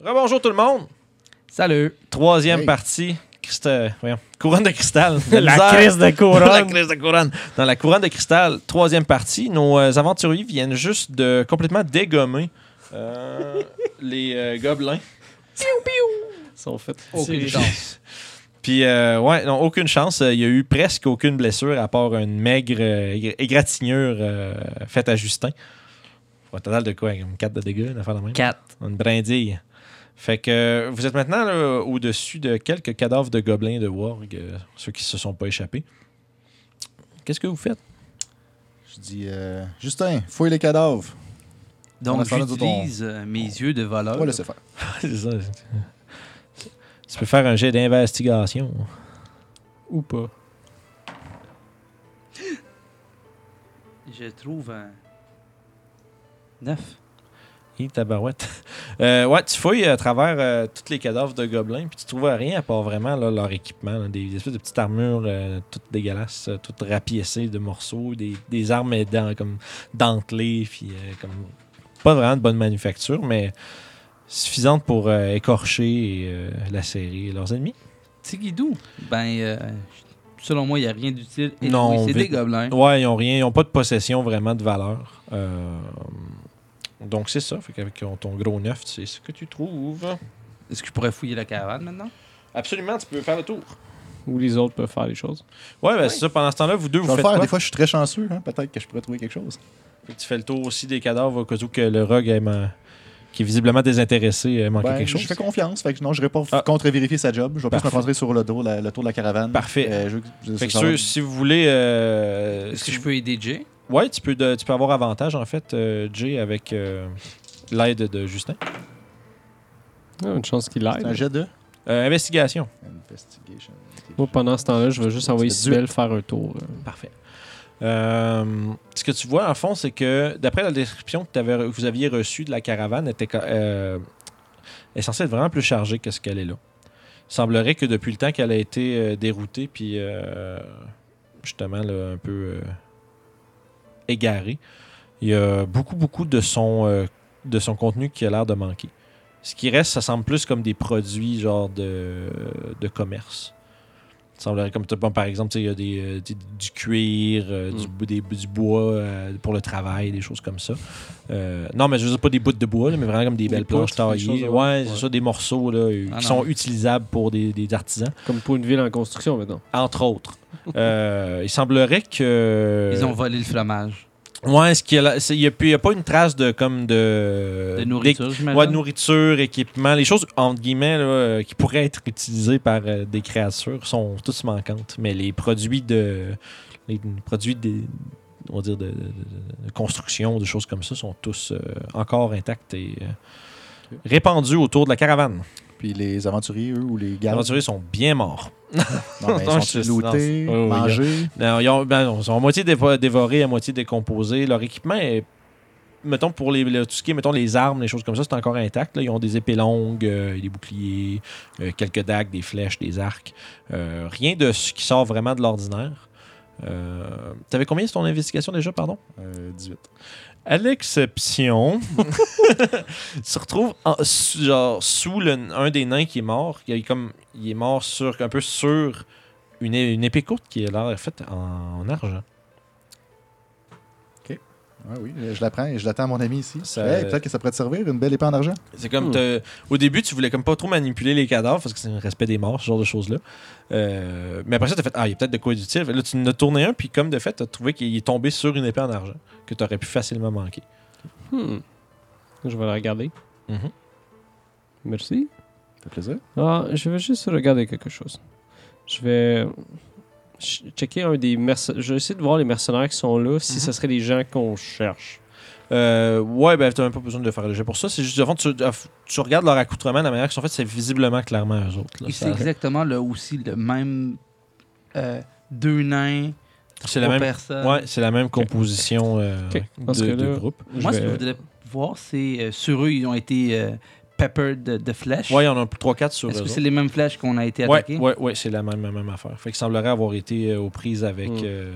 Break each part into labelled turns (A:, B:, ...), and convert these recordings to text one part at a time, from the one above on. A: Rebonjour tout le monde.
B: Salut.
A: Troisième
C: Hey.
A: partie. Christ- euh, voyons, couronne de cristal. De
B: La
A: misère.
B: crise de couronne.
A: la crise de couronne. Dans la couronne de cristal, troisième partie, nos euh, aventuriers viennent juste de complètement dégommer euh, les euh, gobelins. Ils sont faits.
C: Aucune
A: tirer.
C: chance.
A: Puis, euh, ouais, non, aucune chance. Euh, Il y a eu presque aucune blessure à part une maigre euh, égr- égratignure euh, faite à Justin. Au total de quoi Comme 4 de dégâts, une affaire de même
B: 4.
A: une brindille. Fait que euh, vous êtes maintenant là, au-dessus de quelques cadavres de gobelins de Warg, euh, ceux qui se sont pas échappés. Qu'est-ce que vous faites?
C: Je dis, euh, Justin, fouille les cadavres. On a
D: Donc,
C: parlé de
D: j'utilise euh, mes yeux de
A: Ah,
C: On
D: voleur.
C: va laisser faire.
A: C'est ça. Tu peux faire un jet d'investigation.
B: Ou pas.
D: Je trouve euh, un. 9.
A: Hi, tabarouette. Euh, ouais, tu fouilles à travers euh, tous les cadavres de gobelins, puis tu trouves rien à part vraiment là, leur équipement. là, des espèces de petites armures euh, toutes dégueulasses, euh, toutes rapiécées de morceaux, des, des armes aidant, comme dentelées, puis euh, comme. Pas vraiment de bonne manufacture, mais suffisante pour euh, écorcher et euh, lacérer leurs ennemis.
D: Tigidou. Ben, euh, selon moi, il n'y a rien d'utile. Et
A: Non,
D: oui, c'est
A: vite.
D: des gobelins.
A: Ouais, ils ont rien, ils ont pas de possession vraiment de valeur. Euh, donc c'est ça, fait qu'avec ton gros neuf, c'est ce que tu trouves.
D: Est-ce que je pourrais fouiller la caravane maintenant?
A: Absolument, tu peux faire le tour.
B: Ou les autres peuvent faire les choses.
A: Ouais, ben c'est ça. Pendant ce temps-là, vous deux,
C: Je
A: vous
C: vais le
A: faites
C: faire.
A: quoi?
C: Des fois, je suis très chanceux. hein. Peut-être que je pourrais trouver quelque chose.
A: Fait que tu fais le tour aussi des cadavres au cas où que le rogue aime, euh, qui est visiblement désintéressé euh, manque
C: Ben,
A: quelque
C: je
A: chose.
C: fais confiance. Fait que non, je réponds
A: Ah.
C: contre-vérifier sa job. Je vais plus
A: Parfait.
C: me concentrer sur le dos, la- le tour de la caravane.
A: Parfait.
C: Euh, je- je-
A: Fait que
C: ça
A: ceux-
C: va-
A: si vous voulez... euh,
D: Est-ce
A: si
D: que je
A: vous-
D: peux aider Jay?
A: Ouais, tu peux, de- tu peux avoir avantage, en fait, euh, Jay, avec euh, l'aide de Justin.
B: Ah, une chance qu'il
C: C'est un
B: l'aide.
C: jet de.
A: Euh, investigation.
C: Investigation.
B: Moi, pendant ce temps-là, je vais juste envoyer
C: C'est dur.
B: Sibelle faire un tour. euh.
A: Parfait. Euh, ce que tu vois, en fond, c'est que, d'après la description que, t'avais- que vous aviez reçue de la caravane, était, ca- euh, est censée être vraiment plus chargée que ce qu'elle est là. Il semblerait que depuis le temps qu'elle a été euh, déroutée, puis euh, justement là, un peu euh, égarée, il y a beaucoup, beaucoup de son, euh, de son contenu qui a l'air de manquer. Ce qui reste, ça semble plus comme des produits genre de, de commerce. Il semblerait comme bon, par exemple, tu sais, il y a des, euh, des- du cuir, euh,
B: Mm.
A: du, bo- des- du bois euh, pour le travail, des choses comme ça. Euh, non, mais je veux dire pas des bouts de bois, là, mais vraiment comme des,
B: Des
A: belles planches
B: poutres, des choses
A: taillées.
B: de-
A: Ouais, c'est
B: ouais.
A: ça, des morceaux là, euh,
D: Ah
A: qui
D: non.
A: sont utilisables pour des, des artisans,
B: Comme pour une ville en construction maintenant.
A: entre autres. Euh, il semblerait que. euh,
D: Ils ont volé le fromage.
A: Ouais, ce qu'il y a, il n'y a, plus- il y a pas une trace de comme de,
D: De nourriture,
A: d'équ-
D: j'imagine.
A: euh, ouais, de nourriture, équipement, les choses entre guillemets là, euh, qui pourraient être utilisées par euh, des créatures sont toutes manquantes, mais les produits de les produits des on va dire de, de- de- de construction, de choses comme ça sont tous euh, encore intacts et euh, répandus autour de la caravane.
C: Puis les aventuriers, eux, ou les
A: Les
C: gardes.
A: aventuriers sont bien morts.
C: Non, mais
A: Non,
C: ils sont
A: je-
C: lootés,
A: non, c'est- oui, oui,
C: mangés.
A: Non, ils, ont- ben, non, ils sont à moitié dévo- dévorés, à moitié décomposés. Leur équipement est, mettons, pour les, le- tout ce qui est, mettons, les armes, les choses comme ça, c'est encore intact. là. Ils ont des épées longues, euh, des boucliers, euh, quelques dagues, des flèches, des arcs. Euh, rien de ce qui sort vraiment de l'ordinaire. Euh, T'avais combien sur ton investigation déjà, pardon?
C: Euh, 18.
A: À l'exception, tu te retrouves en- sous- genre, sous le- un des nains qui est mort. Il, est comme, il est mort sur, un peu sur une, é- une épée courte qui a l'air faite en, en argent.
C: Ouais, oui, euh, je la prends et je l'attends à mon ami ici.
A: Ça-
C: Hey, Peut-être que ça pourrait te servir, une belle épée en argent.
A: C'est comme
B: Hmm.
A: t'as- au début, tu voulais comme pas trop manipuler les cadavres parce que c'est un respect des morts, ce genre de choses là. Euh, mais après ça, t'as fait ah, il y a peut-être de quoi d'utile. Fait que Là, tu en as tourné un puis comme de fait, t'as trouvé qu'il est tombé sur une épée en argent que t'aurais pu facilement manquer.
B: Hmm. Je vais la regarder.
A: Mhm.
B: Merci.
C: Ça fait plaisir.
B: Ah, je vais juste regarder quelque chose. Je vais ch- checker un des mercenaires. Je vais essayer de voir les mercenaires qui sont là, si
A: Mhm.
B: ce serait les gens qu'on cherche.
A: Euh, ouais, ben t'as même pas besoin de faire le jeu pour ça. C'est juste, au fond, tu, tu regardes leur accoutrement, la manière qu'ils sont faits, c'est visiblement clairement eux autres. là.
D: Et
A: Ça-
D: c'est exactement là aussi le même. euh, deux nains,
A: C'est
D: trois
A: la même,
D: personnes.
A: ouais, c'est la même composition euh,
B: Ok. Dans ce
A: de, de
B: cas-là,
A: groupe.
D: Moi, ce que je
B: vais-
D: voudrais voir, c'est euh, sur eux, ils ont été euh, peppered de, de flèches.
A: Ouais, il y en a 3-4 sur eux.
D: Est-ce que
A: autres.
D: c'est les mêmes flèches qu'on a été
A: Ouais,
D: attaquées?
A: ouais, ouais, c'est la même, la même affaire. Fait qu'il semblerait avoir été euh, aux prises avec
B: Hmm.
A: euh,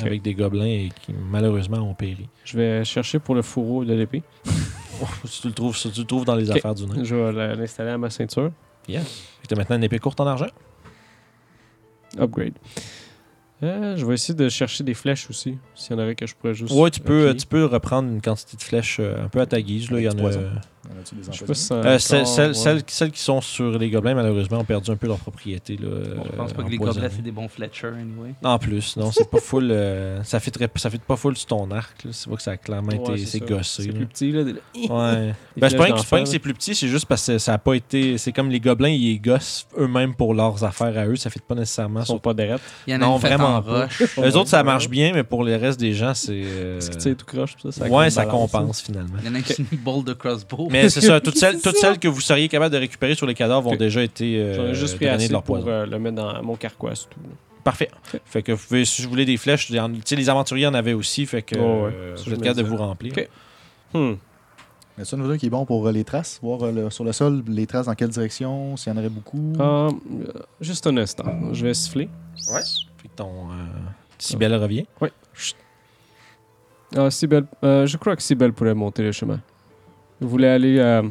B: Ok.
A: avec des gobelins et qui malheureusement ont péri.
B: Je vais chercher pour le fourreau de l'épée.
A: tu, le trouves, tu le trouves dans les
B: Ok.
A: affaires du nain.
B: Je vais la- l'installer à ma ceinture.
A: Tu as maintenant une épée courte en argent.
B: Upgrade. Euh, je vais essayer de chercher des flèches aussi. S'il y en aurait que je pourrais juste.
A: Ouais, tu peux,
B: Ok.
A: tu peux reprendre une quantité de flèches euh, un peu à ta guise. Là, il y en a,
C: Poison. Y en a-tu des
B: Je sais pas si
C: empoisonnés?
B: ça-
A: Euh, celles,
B: encore,
A: celles-
B: ouais.
A: celles- celles qui sont sur les gobelins, malheureusement, ont perdu un peu leur propriété. Là,
D: Bon, je
A: euh,
D: pense pas que les
A: empoisonnée.
D: gobelets, c'est des bons Fletcher, anyway.
A: En plus, non, c'est pas full. euh, ça fait ça fit pas full sur ton arc. là. C'est vrai que ça a clairement
B: Ouais,
A: été
B: c'est
A: c'est
B: ça.
A: gossé.
B: C'est
A: là.
B: plus petit, là. des- des
A: Ouais. Ben, c'est pas rien que-
B: flèches
A: c'est pas rien
B: d'enfer,
A: que
B: là.
A: c'est plus petit, c'est juste parce que ça a pas été. C'est comme les gobelins, ils gossent eux-mêmes pour leurs affaires à eux. Ça fait pas nécessairement.
B: Ils sont
A: Sur...
B: pas d'arrête.
D: Il y en a
A: Non,
D: une faite
A: vraiment
D: en
A: pas.
D: roche.
A: Eux autres, ça marche bien, mais pour le reste des gens, c'est. euh,
B: Parce que tu sais, tout croche, tout ça.
A: ouais, ça
B: contrebalance,
A: compense finalement.
D: Il y en a qui sont une boule de crossbow.
A: Mais c'est ça, toutes celles, toutes celles que vous seriez capable de récupérer sur les cadavres ont
B: Ok.
A: déjà été euh,
B: J'en ai juste pris
A: drainées
B: assez
A: de leur
B: pour
A: poison.
B: euh, le mettre dans mon carquois, c'est tout.
A: Parfait.
B: Ok.
A: Fait que vous pouvez, si vous voulez des flèches, il y en- tu sais, les aventuriers en avaient aussi, fait que
B: Ouais, Oh, ouais.
A: euh,
B: Ça,
A: vous
B: je
A: êtes
B: me
A: capable de
B: disais.
A: vous remplir.
B: Ok. Hmm.
C: Y a-tu un outil qui est bon pour euh, les traces Voir euh, le- sur le sol les traces dans quelle direction S'il y en aurait beaucoup
B: Ah, euh, juste un instant. Je vais siffler.
A: Fait que ton euh, Cybèle revient.
B: Ah, Cybèle- euh, je crois que Sibel pourrait monter le chemin. Vous voulez aller euh,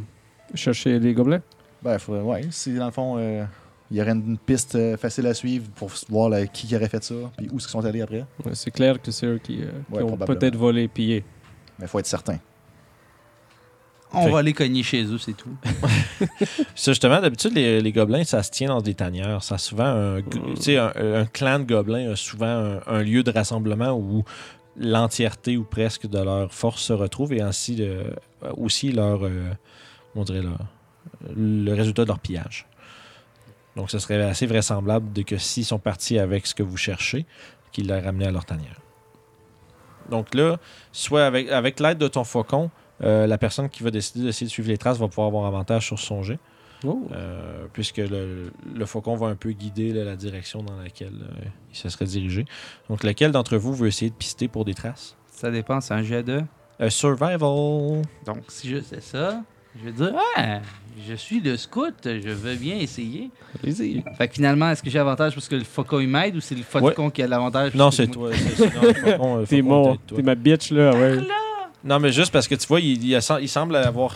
B: chercher les gobelets?
C: Ben, faudrait- ouais. Si dans le fond, euh, il y aurait une, une piste euh, facile à suivre pour s- voir là, qui qui aurait fait ça, puis où ils sont allés après.
B: Ouais, c'est clair que c'est eux qui, euh, qui
C: Ouais,
B: ont
C: probablement.
B: peut-être volé et pillé.
C: Mais faut être certain.
D: On
A: Fait-
D: va aller cogner chez eux, c'est tout.
A: Ça, justement, d'habitude, les, les gobelins, ça se tient dans des tanières. Ça a souvent un, tu sais, un, un clan de gobelins a souvent un, un lieu de rassemblement où l'entièreté ou presque de leur force se retrouve et ainsi le- aussi leur, euh, on dirait leur- le résultat de leur pillage. Donc, ce serait assez vraisemblable de que s'ils sont partis avec ce que vous cherchez, qu'ils l'aient ramené à leur tanière. Donc là, soit avec, avec l'aide de ton faucon, euh, la personne qui va décider d'essayer de suivre les traces va pouvoir avoir avantage sur son jet.
B: Oh.
A: Euh, puisque le, le faucon va un peu guider là, la direction dans laquelle euh, il se serait dirigé. Donc, lequel d'entre vous veut essayer de pister pour des traces
D: Ça dépend, c'est un jet de.
A: Euh, Survival
D: Donc, si je sais ça, je vais dire Ah, je suis le scout, je veux bien essayer.
B: Allez-y.
D: Fait que finalement, est-ce que j'ai avantage parce que le faucon il m'aide ou c'est le faucon qui a l'avantage?
A: Non,
D: parce que
A: c'est
D: moi-
A: toi. c'est- c'est- non, le faucon, euh, le
B: T'es
A: faucon
B: mon-
A: était
B: t'es
A: toi.
B: ma bitch, là. Ouais.
A: Non, mais juste parce que tu vois, il, il a- il semble avoir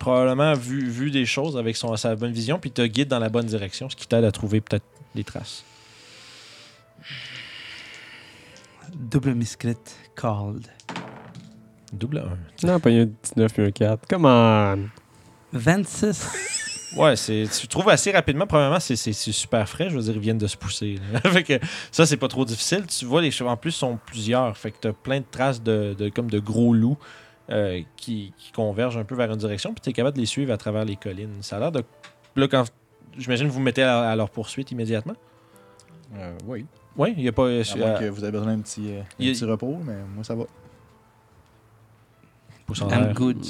A: probablement vu, vu des choses avec son, sa bonne vision, puis il te guide dans la bonne direction, ce qui t'aide à trouver peut-être des traces.
D: Double miscrit called.
A: Double 1.
B: Non, pas un 19 et un 4. Come on.
D: 26.
A: Ouais, c'est, tu trouves assez rapidement. Premièrement, c'est, c'est- c'est super frais. Je veux dire, ils viennent de se pousser. là. fait que ça, c'est pas trop difficile. Tu vois, les chevaux en plus sont plusieurs. Fait que t'as plein de traces de, de- comme de gros loups euh, qui, qui convergent un peu vers une direction. Puis t'es capable de les suivre à travers les collines. Ça a l'air de. Là, quand. J'imagine que vous vous mettez à, à leur poursuite immédiatement.
C: Euh, oui.
A: Oui, il n'y a pas. euh,
C: À moins
A: euh,
C: que vous avez besoin d'un petit, euh, un
A: il y a-
C: petit repos, mais moi, ça va.
A: pouce en
D: I'm
A: l'air.
D: good.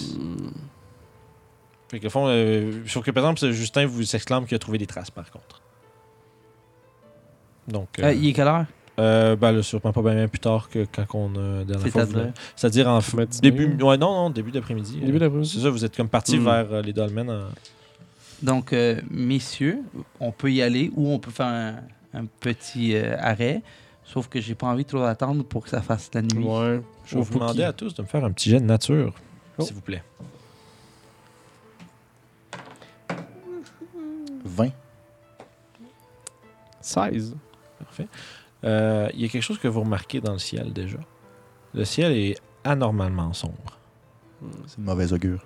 A: Fait que, au fond, euh, sauf que par exemple, c'est Justin vous exclame qu'il a trouvé des traces par contre. Donc.
D: Euh,
A: euh,
D: il est quelle heure?
A: Euh, ben là, sûrement pas bien plus tard que quand on a dernière fois. vous
D: C'est-à-dire?
A: l'avez- C'est-à-dire en f-
B: Matinée.
A: début, ouais, non, non, début d'après-midi.
B: Début
A: Euh,
B: d'après-midi.
A: C'est ça, vous êtes comme parti
B: Mm.
A: vers euh, les dolmens. en-
D: Donc, euh, messieurs, on peut y aller ou on peut faire un, un petit euh, arrêt. Sauf que j'ai pas envie de trop attendre pour que ça fasse la nuit.
B: Ouais.
A: Je vais
B: Au
A: vous demander
B: Pookie.
A: à tous de me faire un petit jet de nature,
B: Oh.
A: s'il vous plaît.
C: 20.
B: 16.
A: Parfait. Euh, Il y a quelque chose que vous remarquez dans le ciel déjà. Le ciel est anormalement sombre.
C: C'est une mauvaise augure.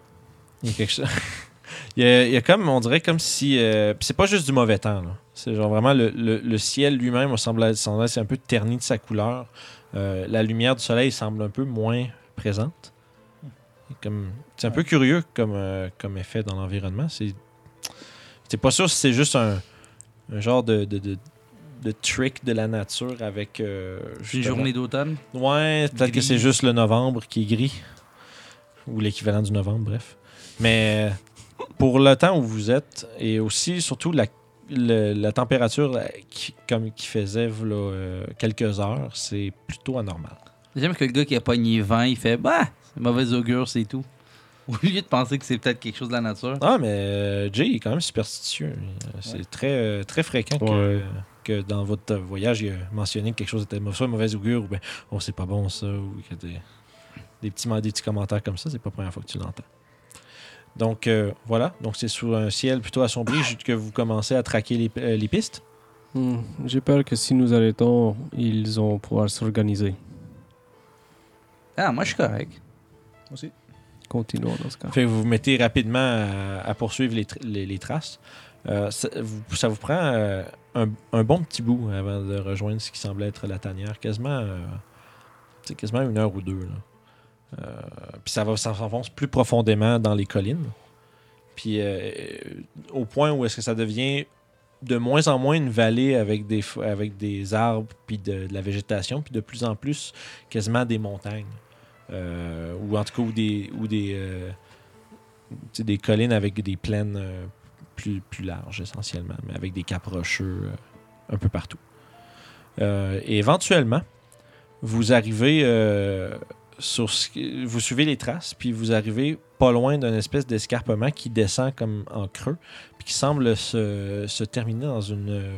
A: Il y a quelque chose. Il y, a, il y a comme, on dirait comme si. euh, pis c'est pas juste du mauvais temps, là. C'est genre vraiment le, le- le ciel lui-même on semble, semble être un peu terni de sa couleur. Euh, la lumière du soleil semble un peu moins présente. Et comme- C'est un peu curieux comme, euh, comme effet dans l'environnement. C'est t'es pas sûr si c'est juste un, un genre de, de, de- de trick de la nature avec. euh,
D: Une
A: justement-
D: journée d'automne.
A: Ouais, peut-être que
D: Gris.
A: c'est juste le novembre qui est gris. Ou l'équivalent du novembre, bref. Mais euh, pour le temps où vous êtes, et aussi, surtout, la, le- la température euh, qui, comme qui faisait v'là, euh, quelques heures, c'est plutôt anormal.
D: J'aime que le gars qui a pogné 20, il fait Bah, c'est mauvaise augure, c'est tout. Au lieu de penser que c'est peut-être quelque chose de la nature.
A: Ah, mais euh, Jay il est quand même superstitieux. Il- C'est très, euh, très fréquent que,
B: Ouais.
A: que dans votre voyage, il a mentionné que quelque chose était mau- soit mauvaise augure ou ben, oh, c'est pas bon ça, ou que des, des petits, des petits commentaires comme ça. C'est pas la première fois que tu l'entends. Donc euh, voilà, donc c'est sous un ciel plutôt assombri juste que vous commencez à traquer les, euh, les pistes.
B: Hmm, J'ai peur que si nous arrêtons, ils vont pouvoir s'organiser.
D: Ah, moi, je suis correct.
C: Aussi.
B: Continuons dans ce cas.
A: Fait que vous vous mettez rapidement à, à poursuivre les, tr- les- les traces. Euh, ça, vous, ça vous prend euh, un, un bon petit bout avant de rejoindre ce qui semblait être la tanière. Quasiment, euh, c'est quasiment une heure ou deux. là. Euh, puis ça, va, ça s'enfonce plus profondément dans les collines. Puis euh, au point où est-ce que ça devient de moins en moins une vallée avec des, f- avec des arbres, puis de, de la végétation, puis de plus en plus quasiment des montagnes. Euh, ou en tout cas, ou des, ou des, euh, tu sais, des collines avec des plaines euh, plus, plus larges essentiellement, mais avec des caps rocheux euh, un peu partout. Euh, et éventuellement, vous arrivez euh, sur ce qui- vous suivez les traces, puis vous arrivez pas loin d'une espèce d'escarpement qui descend comme en creux, puis qui semble se, se terminer dans une euh,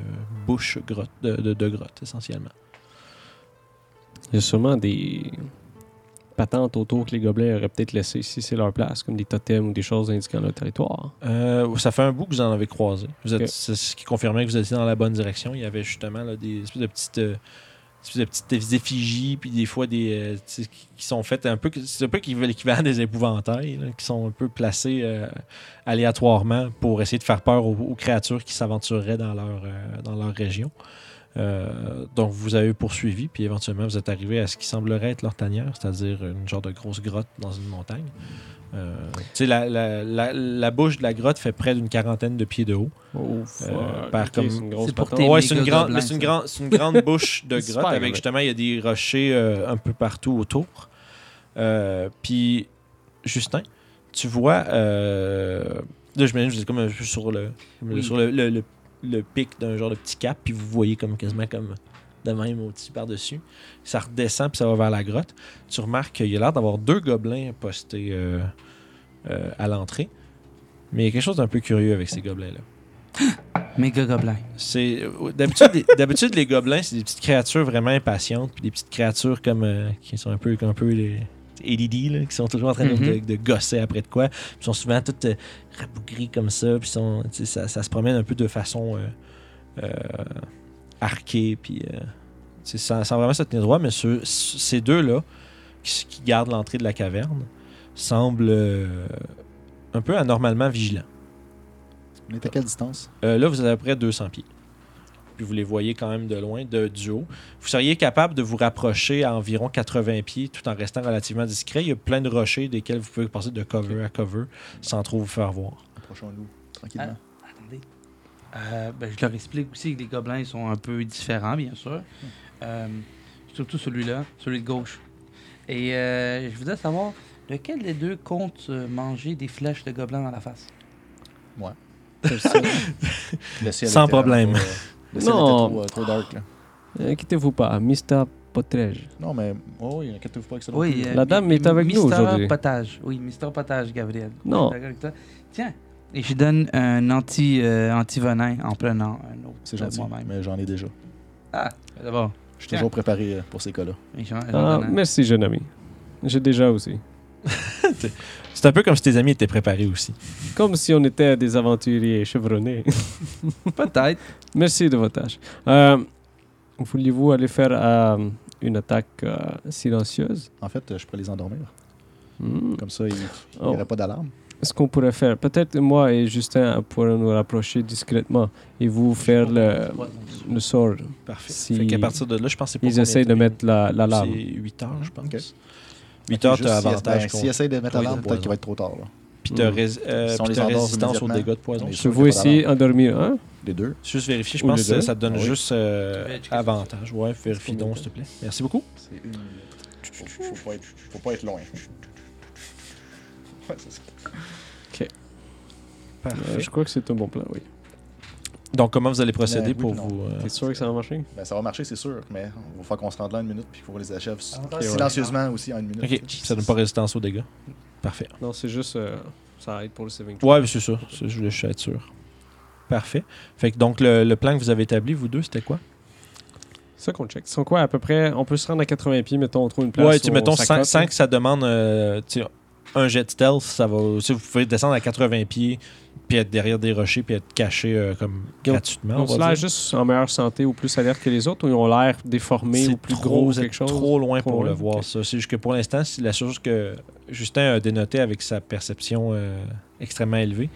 A: bouche grotte, de, de- de grotte essentiellement.
B: Il y a sûrement des patentes autour que les gobelins auraient peut-être laissées si c'est leur place, comme des totems ou des choses indiquant leur territoire.
A: Euh, ça fait un bout que vous en avez croisé. Vous êtes-
B: Ok.
A: C'est ce qui confirmait que vous étiez dans la bonne direction. Il y avait justement là, des espèces de petites, euh, espèces de petites effigies, puis des fois des euh, tu sais, qui qui sont faites un peu. C'est un peu qui- l'équivalent des épouvantails, là, qui sont un peu placés euh, aléatoirement pour essayer de faire peur aux, aux créatures qui s'aventureraient dans leur, euh, dans leur région. Euh, donc vous avez poursuivi, puis éventuellement vous êtes arrivé à ce qui semblerait être leur tanière, c'est-à-dire une genre de grosse grotte dans une montagne. Euh, tu sais, la, la- la- la bouche de la grotte fait près d'une quarantaine de pieds de haut.
B: Oh,
A: fuck. Ok, c'est
B: c'est
A: une
B: une
D: grosse
B: grosse
D: pour patente. tes-
B: patente.
A: Ouais, c'est une,
D: méga
A: grande,
D: gobelins,
A: mais c'est une,
D: ça.
A: grande- c'est une grande bouche de
B: Super
A: grotte avec
B: gobelins.
A: justement, il y a des rochers euh, un peu partout autour. Euh, Puis, Justin, tu vois. Euh, là, je me vous êtes comme un peu sur le, comme
D: Oui.
A: sur le, le- le- le pic d'un genre de petit cap, puis vous voyez comme quasiment comme de même au-dessus par-dessus. Ça redescend, puis ça va vers la grotte. Tu remarques qu'il y a l'air d'avoir deux gobelins postés euh, euh, à l'entrée. Mais il y a quelque chose d'un peu curieux avec ces gobelins-là.
D: Méga gobelin.
A: C'est euh, d'habitude les- d'habitude les gobelins, c'est des petites créatures vraiment impatientes, puis des petites créatures comme euh, qui sont un peu un peu les ADD là, qui sont toujours en train de-
D: Mhm.
A: de, de gosser après de quoi, Puis ils sont souvent toutes euh, rabougries comme ça, puis sont tu sais, ça, ça se promène un peu de façon euh, euh, arquée puis euh, tu sais, sans, sans vraiment se tenir droit, mais ce- ce- ces deux là qui, qui gardent l'entrée de la caverne semblent euh, un peu anormalement vigilants.
C: On est à quelle distance
A: Euh, là, vous avez à peu près 200 pieds. Puis vous les voyez quand même de loin, de, du haut. Vous seriez capable de vous rapprocher à environ 80 pieds tout en restant relativement discret. Il y a plein de rochers desquels vous pouvez passer de cover à cover sans trop vous faire voir.
C: Approchons-nous tranquillement.
D: Attendez. Euh, ben, je leur explique aussi que les gobelins ils sont un peu différents, bien sûr.
B: Hmm.
D: Euh, surtout celui-là, celui de gauche. Et euh, je voudrais savoir lequel des deux compte euh, manger des flèches de gobelins dans la face.
C: Ah. Le ciel
A: Sans
C: était
A: problème.
C: trop, euh, le ciel
B: Non.
C: était trop, euh, trop dark. Là.
B: Inquiétez-vous Euh, pas, Mr. Potrej.
C: Non, mais. Oh, il inquiète-vous pas avec ça. non
D: Oui,
C: plus.
D: euh,
B: La dame est avec nous
D: Mister
B: aujourd'hui.
D: Potage. Oui, Mister Potage, Gabriel.
B: Non.
D: Je suis d'accord avec toi. Tiens, et je donne un anti, euh, anti-venin en prenant un autre.
C: C'est
D: de
C: gentil,
D: Moi-même.
C: mais j'en ai déjà.
D: Ah, d'abord.
C: Je
A: Ah.
C: suis toujours préparé euh, pour ces cas-là.
B: Ah, merci, jeune ami. J'ai déjà aussi.
A: C'est un peu comme si tes amis étaient préparés aussi.
B: Comme si on était des aventuriers chevronnés.
D: Peut-être.
B: merci de votre âge. Euh, Vouliez-vous aller faire euh, une attaque euh, silencieuse
C: En fait, euh, je pourrais les endormir.
B: Hmm.
C: Comme ça, il n'y
B: Oh.
C: aurait pas d'alarme.
B: ce qu'on pourrait faire. Peut-être moi et Justin pourrons nous rapprocher discrètement et vous faire le, le sort.
A: Parfait.
B: Si-
A: Fait qu'à partir de là, je pense que c'est pas
B: Ils
A: combien
B: essayent de
A: temps.
B: mettre la, la
A: C'est
B: lame.
A: 8 heures, je pense.
C: Ok.
A: 8 heures,
C: Juste
A: t'as
C: s'il- ben,
A: avantage.
C: S'il
A: contre.
C: essaye de mettre
A: Oui,
C: l'alarme,
A: de
C: peut-être qu'il
A: poison.
C: va être trop tard. Là.
A: Puis t'as
B: Hmm.
A: rés- euh,
C: Si on
A: puis
C: les
A: t'as
C: endort
A: résistance aux
C: immédiatement,
A: dégâts de poison.
C: on est
B: Je vous hein? essayer endormir un.
C: Les deux.
A: Juste vérifier, je
B: Ou
A: pense
B: les
A: que
B: deux.
A: ça te donne
C: Ah oui.
A: juste euh,
D: Tu veux checker ça,
A: avantage. Ouais, vérifie donc, s'il te plaît. Merci beaucoup.
C: C'est une. Faut, pas être, faut pas être loin. Ouais, c'est ça.
B: Euh, je crois que c'est un bon plan, oui.
A: Donc, comment vous allez procéder
C: oui,
A: pour
C: puis non.
A: vous. euh,
B: T'es sûr que ça va marcher?
C: Ben, ça va marcher, c'est sûr, mais il va falloir qu'on se rende là une minute puis qu'on les achève s-
D: Ok,
C: silencieusement aussi en une minute.
A: Ok, ça donne pas résistance aux dégâts. Parfait.
B: Non, c'est juste. euh, ça aide pour le saving throw.
A: Ouais, mais c'est ça. Ça, Je voulais juste être sûr. Parfait. Fait que donc, le, le plan que vous avez établi, vous deux, c'était quoi?
B: C'est ça qu'on check. Ils sont quoi à peu près On peut se rendre à 80 pieds, mettons, on trouve une place.
A: ouais, tu
B: où
A: mettons
B: on s'accote,
A: 5, ça demande euh, tu sais, un jet de stealth. Ça va, si vous pouvez descendre à 80 pieds, puis être derrière des rochers, puis être caché euh, comme
B: Donc,
A: gratuitement.
B: On se
A: va dire.
B: l'air juste en meilleure santé ou plus alerte que les autres, ou ils ont l'air déformés
A: C'est
B: ou plus
A: trop-
B: gros ou
A: vous êtes
B: quelque chose.
A: trop loin
B: Trop
A: pour
B: loin,
A: le voir,
B: ok.
A: ça. C'est juste que pour l'instant, c'est la chose que Justin a dénoté avec sa perception euh, extrêmement élevée,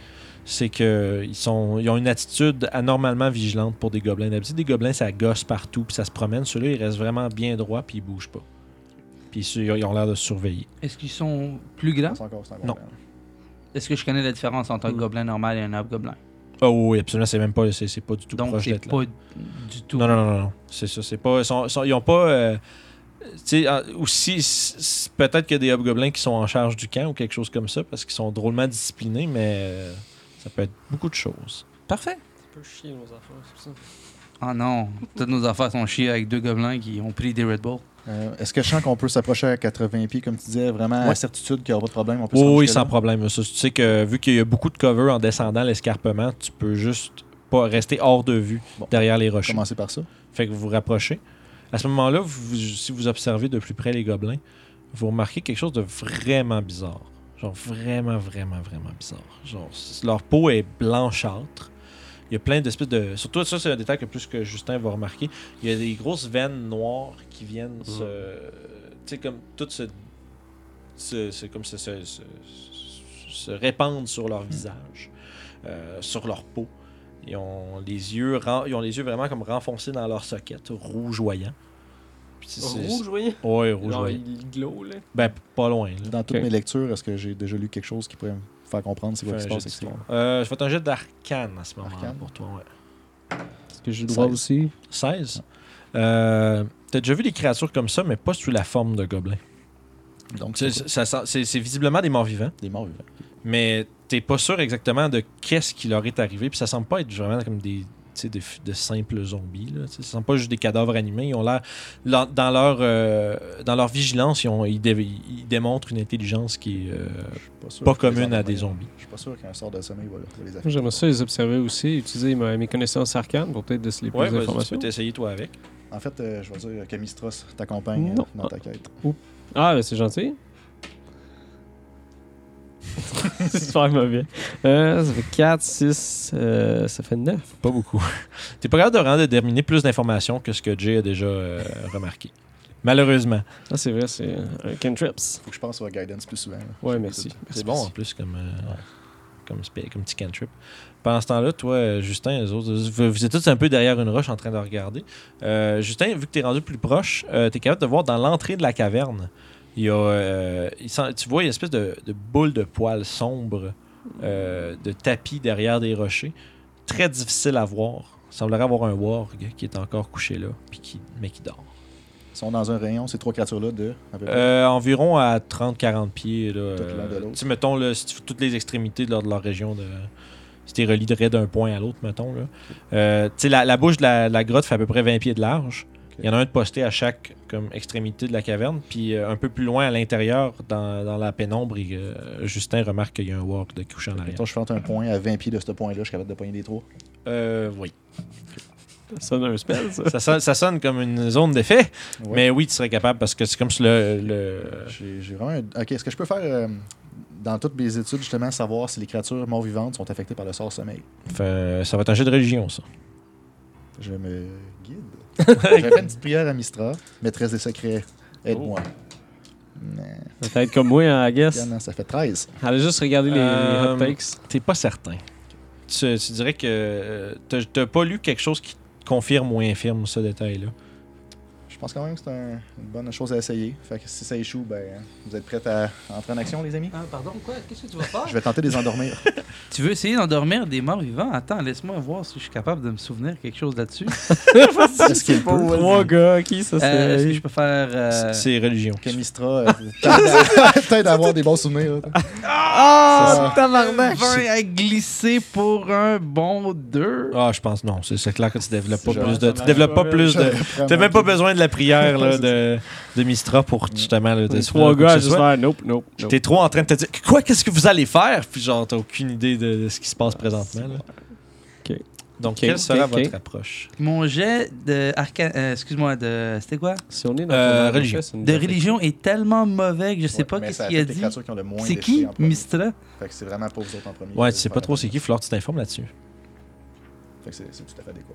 A: c'est qu'ils sont ils ont une attitude anormalement vigilante pour des gobelins. D'habitude, des gobelins, ça gosse partout, puis ça se promène. Ceux-là, ils restent vraiment bien droits, puis ils bougent pas. Puis ceux- ils ont l'air de se surveiller.
D: Est-ce qu'ils sont plus grands
C: C'est encore, c'est un bon
A: Non.
C: plan.
D: Est-ce que je connais la différence entre un gobelin normal et un hobgoblin
A: Ah oui, absolument, c'est même pas, c'est c'est pas du tout
D: Donc,
A: proche
D: c'est
A: d'être là.
D: pas du tout.
A: Non, non, non, non, non. C'est ça. C'est pas. ils sont- sont- ils ont pas. euh, tu sais, en- aussi, c- c- peut-être qu'il y a des hobgoblins qui sont en charge du camp ou quelque chose comme ça parce qu'ils sont drôlement disciplinés, mais euh, ça peut être beaucoup de choses.
D: Parfait. Ah non, toutes nos affaires sont chiées avec deux gobelins qui ont pris des Red Bull.
C: Euh, Est-ce que je sens qu'on peut s'approcher à 80 pieds, comme tu disais, vraiment à
A: Ouais.
C: certitude qu'il n'y aura pas de problème? On peut se
A: Oui,
C: rendre
A: oui,
C: jusque-là?
A: sans problème. Ça, tu sais que vu qu'il y a beaucoup de cover en descendant l'escarpement, tu peux juste pas rester hors de vue
C: Bon.
A: derrière les rochers.
C: Commencer par ça.
A: Fait que vous vous rapprochez. À ce moment-là, vous- si vous observez de plus près les gobelins, vous remarquez quelque chose de vraiment bizarre. Genre vraiment, vraiment, vraiment bizarre. Genre, c- leur peau est blanchâtre. Il y a plein d'espèces de... Surtout, ça, c'est un détail que plus que Justin va remarquer. Il y a des grosses veines noires qui viennent se... Tu sais, comme toutes se... se- se- comme se, se- se- se répandre sur leur visage, euh, sur leur peau. Ils ont les yeux, ren- ils ont les yeux vraiment comme renfoncés dans leur socket, rougeoyant. Puis c'est- c'est-
B: Rouge, voyez
A: Ouais,
B: Genre,
A: rougeoyant.
B: il glow, là.
A: Ben, p- pas loin. Là.
C: Dans toutes
B: Ok.
C: mes lectures, est-ce que j'ai déjà lu quelque chose qui pourrait me faire comprendre c'est
A: Fais
C: quoi
A: un
C: qui se
A: jet
C: passe
A: de
C: avec ça?
A: histoire. Euh, je vais un jet d'arcane à ce moment-là
C: Arcane.
A: pour toi. ouais.
B: Est-ce que j'ai le droit
C: Seize.
B: aussi
A: 16. Euh, T'as déjà vu des créatures comme ça, mais pas sous la forme de gobelins.
C: Donc,
A: C'est-
C: c'est
A: ça sent- C'est c'est visiblement des morts vivants,
C: des morts vivants.
A: mais t'es pas sûr exactement de qu'est-ce qui leur est arrivé. Puis ça semble pas être vraiment comme des, tu sais, des f- de simples zombies. Là, tu sais. ça semble pas juste des cadavres animés. Ils ont l'air leur- dans leur euh, dans leur vigilance, ils, ont- ils dé- ils démontrent une intelligence qui est euh,
C: Je suis sûr
A: pas
C: que les
A: commune à
C: endormir.
A: des zombies.
C: Je suis pas sûr qu'un sort de sommeil va leur- va les
B: Moi,
C: affecter.
B: J'aimerais ça les observer aussi, utiliser ma- mes connaissances arcanes pour peut-être déceler plus
A: Ouais, vas-y, tu
B: d'informations.
A: peux t'essayer toi avec.
C: En fait, euh, je vais dire que Mistros t'accompagne euh,
B: Non.
C: dans ta quête.
B: Ah, ben, c'est gentil. c'est super mauvais. Euh, ça fait 4, 6, ça fait 9.
A: Pas beaucoup. T'es pas capable de vraiment déterminer plus d'informations que ce que Jay a déjà euh, remarqué. Malheureusement.
B: Ah, c'est vrai, c'est un cantrips.
C: Faut que je pense à Guidance plus souvent. là.
B: Ouais,
C: Je-
B: merci.
A: C'est bon en plus comme, euh, comme, spé- comme petit cantrip. Pendant ce temps-là, toi, euh, Justin, les autres, vous, vous êtes tous un peu derrière une roche en train de regarder. Euh, Justin, vu que t'es rendu plus proche, euh, t'es capable de voir dans l'entrée de la caverne, il y a, euh, il sent- tu vois une espèce de, de boule de poils sombre, euh, de tapis derrière des rochers. Très difficile à voir. Il semblerait avoir un warg qui est encore couché là, puis qui, mais qui dort.
C: Ils sont dans un rayon, ces trois créatures-là, de. à peu près.
A: Euh, environ à 30-40 pieds. Là,
C: Tout l'un de
A: euh,
C: l'autre.
A: tu sais, mettons, là, si tu fais toutes les extrémités de leur, de leur région, de, si tu les relierais d'un point à l'autre, mettons. Là. Euh, tu sais, la, la bouche de la, de la grotte fait à peu près 20 pieds de large.
C: Ok.
A: Il y en a un de posté à chaque comme, extrémité de la caverne. Puis euh, un peu plus loin à l'intérieur, dans, dans la pénombre, il, euh, Justin remarque qu'il y a un walk de couche en arrière.
C: Mettons, je fente un point à 20 pieds de ce point-là, je suis capable de poigner des trois.
A: Euh, oui.
B: Ça sonne un spell, ça.
A: ça, sonne, ça sonne comme une zone d'effet,
C: Ouais. Euh,
A: mais oui, tu serais capable parce que c'est comme si le. le-
C: J'ai j'ai vraiment. un- Ok, est-ce que je peux faire euh, dans toutes mes études justement savoir si les créatures morts vivantes sont affectées par le sort sommeil
A: Enfin, ça va être un jeu de religion, ça.
C: Je me guide. J'avais fait une petite prière à Mistra, maîtresse des secrets. Aide-moi.
A: Oh.
C: Mais,
B: Peut-être comme moi, hein, I guess.
C: regarde, hein, ça fait 13.
B: Allez juste regarder les, les
A: Euh,
B: hot takes.
A: T'es pas certain. Tu, tu dirais que euh, t'as t'as pas lu quelque chose qui confirme ou infirme ce détail-là.
C: Je pense quand même que c'est un- une bonne chose à essayer. Fait que si ça échoue, ben, vous êtes prêts à entrer en action, les amis
D: Ah, pardon, quoi Qu'est-ce que tu vas faire
A: Ah.
C: Je vais tenter de les endormir.
D: Tu veux essayer d'endormir des morts vivants Attends, laisse-moi voir si je suis capable de me souvenir quelque chose là-dessus.
C: Est-ce qu'il peut
B: Trois gars, qui ça
D: Euh, Est-ce que je
B: c'est.
D: peux faire. euh,
A: C'est religion.
C: Que Mistra euh, t'aide à- t'aide à avoir des bons souvenirs. là. ça.
D: Ah, tabarnak! 20 à glisser pour un bon 2.
A: Ah, je pense non. C'est c'est clair que tu développes pas
C: C'est
A: plus
C: genre,
A: de.
B: ça
A: Tu
B: marche
A: développes
B: pas,
A: pas plus de. T'as même pas besoin de la prière là,
C: Ouais,
A: de, de Mistra pour justement. Là, de-
B: Les trois
A: quoi que
B: gars,
A: ce
B: juste
A: soit.
B: faire nope, nope, nope.
A: T'es trop en train de te dire quoi, qu'est-ce que vous allez faire? Puis genre, t'as aucune idée de, de ce qui se passe présentement. là.
B: Ah, Ok.
A: Donc,
B: Ok,
A: quelle sera
B: ok, ok.
A: votre approche?
D: Mon jet de arca... euh, excuse-moi, de. C'était quoi?
B: Si on est dans
A: Euh,
B: ton
A: religion.
B: richesse, ça nous
D: De
B: affecte.
D: religion est tellement mauvais que je sais pas qu'est-ce qu'il a dit. C'est qui,
C: Mist
D: Mistra?
C: Fait que c'est vraiment pas vous autres en premier.
A: Ouais,
C: de
A: tu sais pas
C: faire.
A: trop c'est qui, Flore, tu t'informes là-dessus.
C: Fait que c'est c'est tout à fait adéquat.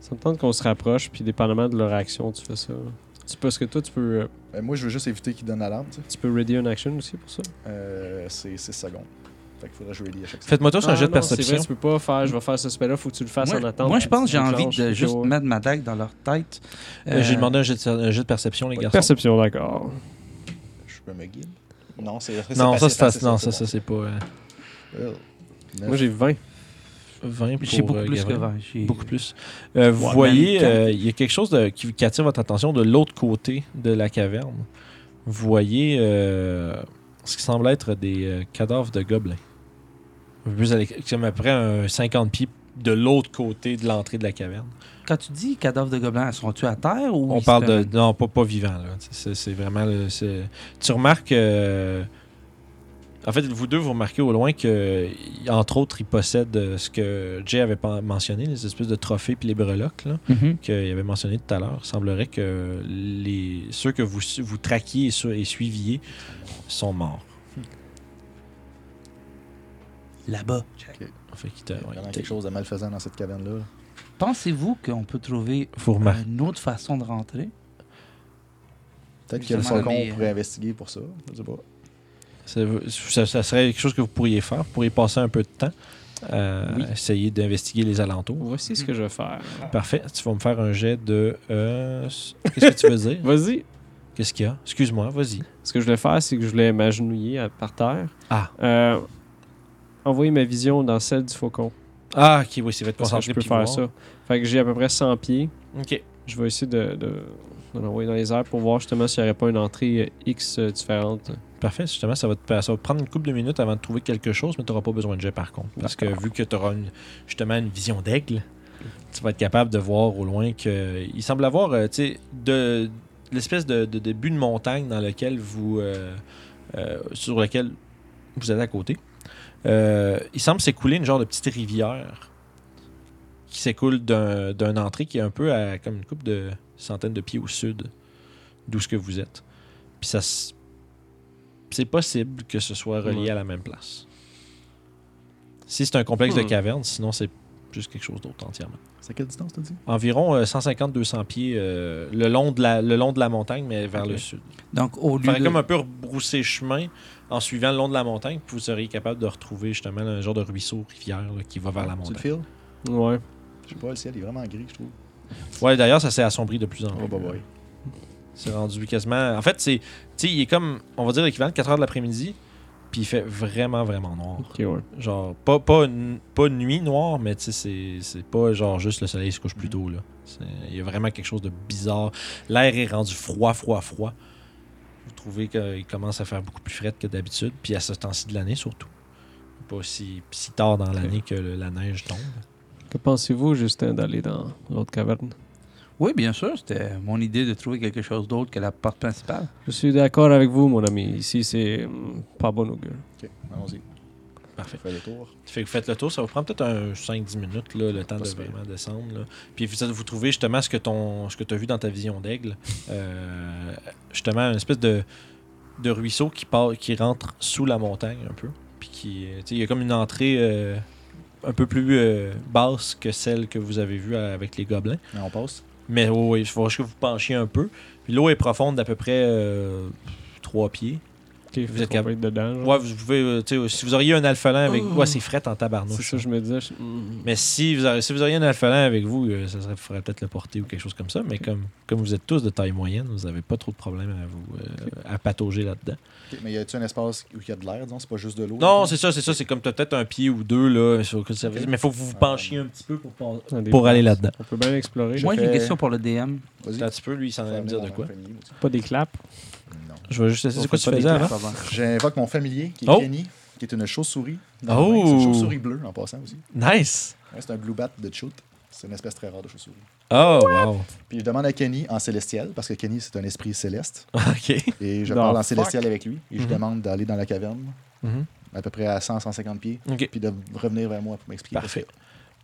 B: Ça me tente qu'on se rapproche, puis dépendamment de leur action, tu fais ça. C'est parce que toi, tu peux, euh,
C: Ben, moi, je veux juste éviter qu'il donne l'alarme, tu sais.
B: tu peux ready une action aussi pour ça.
C: Euh, c'est 6 secondes. Fait qu'il faudrait jouer lié à chaque seconde.
A: Faites-moi tous un
B: Ah
A: jet de
B: non, c'est
A: perception.
B: Vrai, tu peux pas faire, je vais faire ce spell-là, faut que tu le fasses
D: Moi,
B: en attente.
D: moi, je pense que j'ai
B: Tu
D: envie
B: déclenches,
D: de
B: puis
D: juste
B: ouais.
D: mettre ma dague dans leur tête.
A: Euh, J'ai
D: Euh,
A: demandé un jet, de, un jet de perception, les garçons.
B: Perception, d'accord.
C: Je peux me guider. Non, c'est.
A: non, ça,
C: passif,
A: c'est
C: passif,
A: non,
C: c'est
A: ça, ça, c'est pas. euh,
C: bon. Euh,
B: Moi, j'ai 20.
A: 20 pour.
D: J'ai beaucoup
A: euh,
D: plus que
A: Gavin.
D: 20. J'ai-
A: Beaucoup plus. Euh, vous
D: Ouais,
A: voyez,
D: même
A: euh, il y a quelque chose de- qui, qui attire votre attention de l'autre côté de la caverne. Vous voyez euh, ce qui semble être des euh, cadavres de gobelins. Vous allez comme après un 50 pieds de l'autre côté de l'entrée de la caverne.
D: Quand tu dis cadavres de gobelins, sont-tu à terre ou
A: On
D: ils
A: parle
D: se-
A: de... Non, pas, pas vivant. là. C'est c'est vraiment... le- c'est- tu remarques... euh, En fait, vous deux, vous remarquez au loin que, entre autres, ils possèdent euh, ce que Jay avait pas mentionné, les espèces de trophées puis les breloques. là.
D: Mhm.
A: qu'il avait mentionné tout à l'heure, il semblerait que les, ceux que vous, su- vous traquiez et, su- et suiviez sont morts.
D: Là-bas.
A: Fait qu'il te-
C: Il y a
A: ouais,
C: vraiment
A: il te-
C: quelque chose de malfaisant dans cette caverne-là. là.
D: Pensez-vous qu'on peut trouver
A: vous remarquez.
D: une autre façon de rentrer?
C: Peut-être que le
D: Justement,
C: faucon
D: mais, euh,
C: pourrait
A: hein.
C: investiguer pour ça. Je sais pas.
A: Ça, ça- ça serait quelque chose que vous pourriez faire. Vous pourriez passer un peu de temps à
B: Oui.
A: essayer d'investiguer les alentours.
B: Voici ce que je vais faire.
A: Parfait. Tu vas me faire un jet de. euh, s- Qu'est-ce que tu veux dire
B: Vas-y.
A: Qu'est-ce qu'il y a Excuse-moi, vas-y.
B: Ce que je voulais faire, c'est que je voulais m'agenouiller à- par terre.
A: Ah.
B: Euh, envoyer ma vision dans celle du faucon.
A: Ah, ok, oui, c'est vrai de
B: Parce que je
A: concentrer
B: peux
A: puis
B: faire
A: voir.
B: ça. Fait que j'ai à peu près 100 pieds.
A: Ok.
B: Je vais essayer de, de- de l'envoyer dans les airs pour voir justement s'il n'y aurait pas une entrée euh, X euh, différente.
A: Parfait, justement, ça va, te, ça va te prendre une couple de minutes avant de trouver quelque chose, mais tu n'auras pas besoin de jet par contre. Parce que vu que tu auras justement une vision d'aigle, tu vas être capable de voir au loin que il semble avoir euh, tu sais, de l'espèce de, de début de montagne dans lequel vous euh, euh, sur lequel vous êtes à côté. Euh, il semble s'écouler une genre de petite rivière qui s'écoule d'un- d'une entrée qui est un peu à comme une coupe de centaines de pieds au sud d'où ce que vous êtes. Puis ça s- c'est possible que ce soit relié
B: Ouais.
A: à la même place. Si c'est un complexe de
B: Hmm.
A: caverne, sinon c'est juste quelque chose d'autre entièrement.
C: C'est à quelle distance, t'as dit
A: Environ euh, 150-200 pieds euh, le, long de la, le long de la montagne, mais vers
B: Ok.
A: le sud.
D: Donc, au
A: Vous
D: lieu
A: ferez
D: de...
A: comme un peu rebrousser chemin en suivant le long de la montagne, puis vous seriez capable de retrouver justement un genre de ruisseau, rivière là, qui va vers la
C: Tu le
A: montagne.
C: files
B: Ouais.
C: Je sais pas, le ciel est vraiment gris, je trouve.
A: Ouais, d'ailleurs, ça s'est assombri de plus en plus.
C: Oh, bah, ouais.
A: C'est rendu quasiment. En fait, c'est. Tu sais, il est comme, on va dire, l'équivalent de 4 heures de l'après-midi, puis il fait vraiment, vraiment noir.
B: Ok, ouais.
A: Genre, pas, pas, une- pas une nuit noire, mais tu sais, c'est- c'est pas genre juste le soleil se couche plus tôt, là. C'est- Il y a vraiment quelque chose de bizarre. L'air est rendu froid, froid, froid. Vous trouvez qu'il commence à faire beaucoup plus frais que d'habitude, puis à ce temps-ci de l'année surtout. Pas si, si tard dans l'année que le- la neige tombe.
B: Que pensez-vous, Justin, d'aller dans l'autre caverne?
D: Oui, bien sûr, c'était mon idée de trouver quelque chose d'autre que la porte principale.
B: Je suis d'accord avec vous, mon ami. Ici, c'est hum, pas bon augure.
C: Ok, allons-y.
A: Parfait.
C: Fais le tour.
A: Fait que vous faites le tour, ça va prendre peut-être un 5-10 minutes, là, le temps
C: Pas
A: de
C: si pire.
A: vraiment descendre. là. Puis vous, vous trouvez justement ce que ton ce que tu as vu dans ta vision d'aigle. euh, justement, une espèce de, de ruisseau qui part, qui rentre sous la montagne un peu. Puis qui. euh, tu sais, Il y a comme une entrée euh, un peu plus euh, basse que celle que vous avez vue à- avec les gobelins.
C: Mais on passe.
A: Mais oui, oui, il faut juste que vous penchiez un peu. Puis l'eau est profonde d'à peu près 3 pieds.
B: Ok,
A: Vous êtes
B: on peut être dedans. genre.
A: Ouais, vous pouvez. euh, tu sais, si vous auriez un alphelin avec. Ouais, c'est fret en tabarnouche.
B: Oh. c'est ça, je me disais. je- hum.
A: Mais si vous, auriez, si vous auriez un alphalin avec vous, euh, ça serait, faudrait peut-être le porter ou quelque chose comme ça. Mais comme, comme vous êtes tous de taille moyenne, vous n'avez pas trop de problèmes à vous euh, à patauger là-dedans.
C: Ok, mais y a-tu un espace où il y a de l'air, disons C'est pas juste de l'eau
A: Non,
C: disons?
A: c'est ça, c'est ça. C'est comme t'as peut-être un pied ou deux là. Sur, que ça-
C: Ok.
A: Mais faut que vous vous penchiez un petit peu pour, pas-
B: Dans des
A: pour aller
B: places.
A: là-dedans.
B: On peut bien explorer.
D: Moi, j'ai une
C: fais-
D: question pour le DM.
C: Vas-y.
A: Un petit peu, lui, il s'en allait me dire de quoi.
B: Pas des claps.
C: Non.
A: Je vais juste essayer. C'est quoi
D: On
A: tu
D: fait
A: faisais hein?
D: pas des
A: avant?
D: classes
C: hein?
D: avant.
C: J'invoque mon familier, qui est
A: Oh.
C: Kenny, qui est une chauve-souris.
A: Oh.
C: C'est une chauve-souris bleue, en passant aussi.
A: Nice!
C: Ouais, c'est un blue bat de shoot. C'est une espèce très rare de chauve-souris.
A: Oh, wow!
C: Puis je demande à Kenny en célestiel, parce que Kenny, c'est un esprit céleste.
A: OK.
C: Et je
B: The
C: parle en
B: fuck?
C: célestiel avec lui. Et je
A: Mhm.
C: demande d'aller dans la caverne,
A: Mhm.
C: à peu près à 100-150 pieds,
A: OK.
C: puis de revenir vers moi pour m'expliquer.
A: Parfait.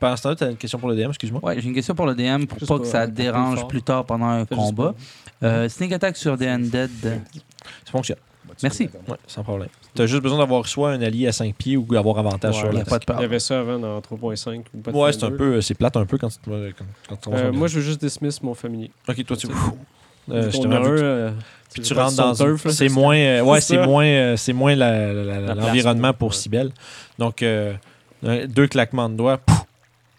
A: Pendant ce temps-là, tu as une question pour le DM, excuse-moi.
D: Ouais, j'ai une question pour le DM pour
B: Juste
D: pas que
B: pas
D: ça
B: un peu
D: dérange
B: fort.
D: plus tard pendant un
B: Fais juste
D: combat. Euh, sneak attack sur des undead.
A: Ça fonctionne.
C: Bah, tu
D: Merci.
C: peux m'attendre.
A: Ouais, sans problème. Tu as juste besoin d'avoir soit un allié à 5 pieds ou d'avoir avantage
B: Ouais,
A: sur
D: Il n'y a
A: l'attaque.
D: pas de
B: Il y
D: peur.
B: avait ça avant dans 3.5. ou Pathfinder.
A: Ouais, c'est un peu. euh, C'est plate un peu quand tu te- quand- quand tu commences à
B: Euh,
A: bien.
B: moi, je veux juste dismiss mon familier.
A: Ok, toi, tu.
B: C'est-
A: Ouh. Euh,
B: Vu qu'on
A: justement,
B: a un,
A: vu que-
B: euh,
A: puis
B: je
A: tu
B: veux pas
A: rentres
B: sur
A: dans.
B: le turf, là.
A: C'est moins. euh, ouais,
B: C'est
A: c'est
B: ça.
A: moins. euh, c'est moins la- la- la-
B: La place
A: l'environnement
B: pour-
A: pour Cybelle. Donc, euh, un- deux claquements de doigts. pouf,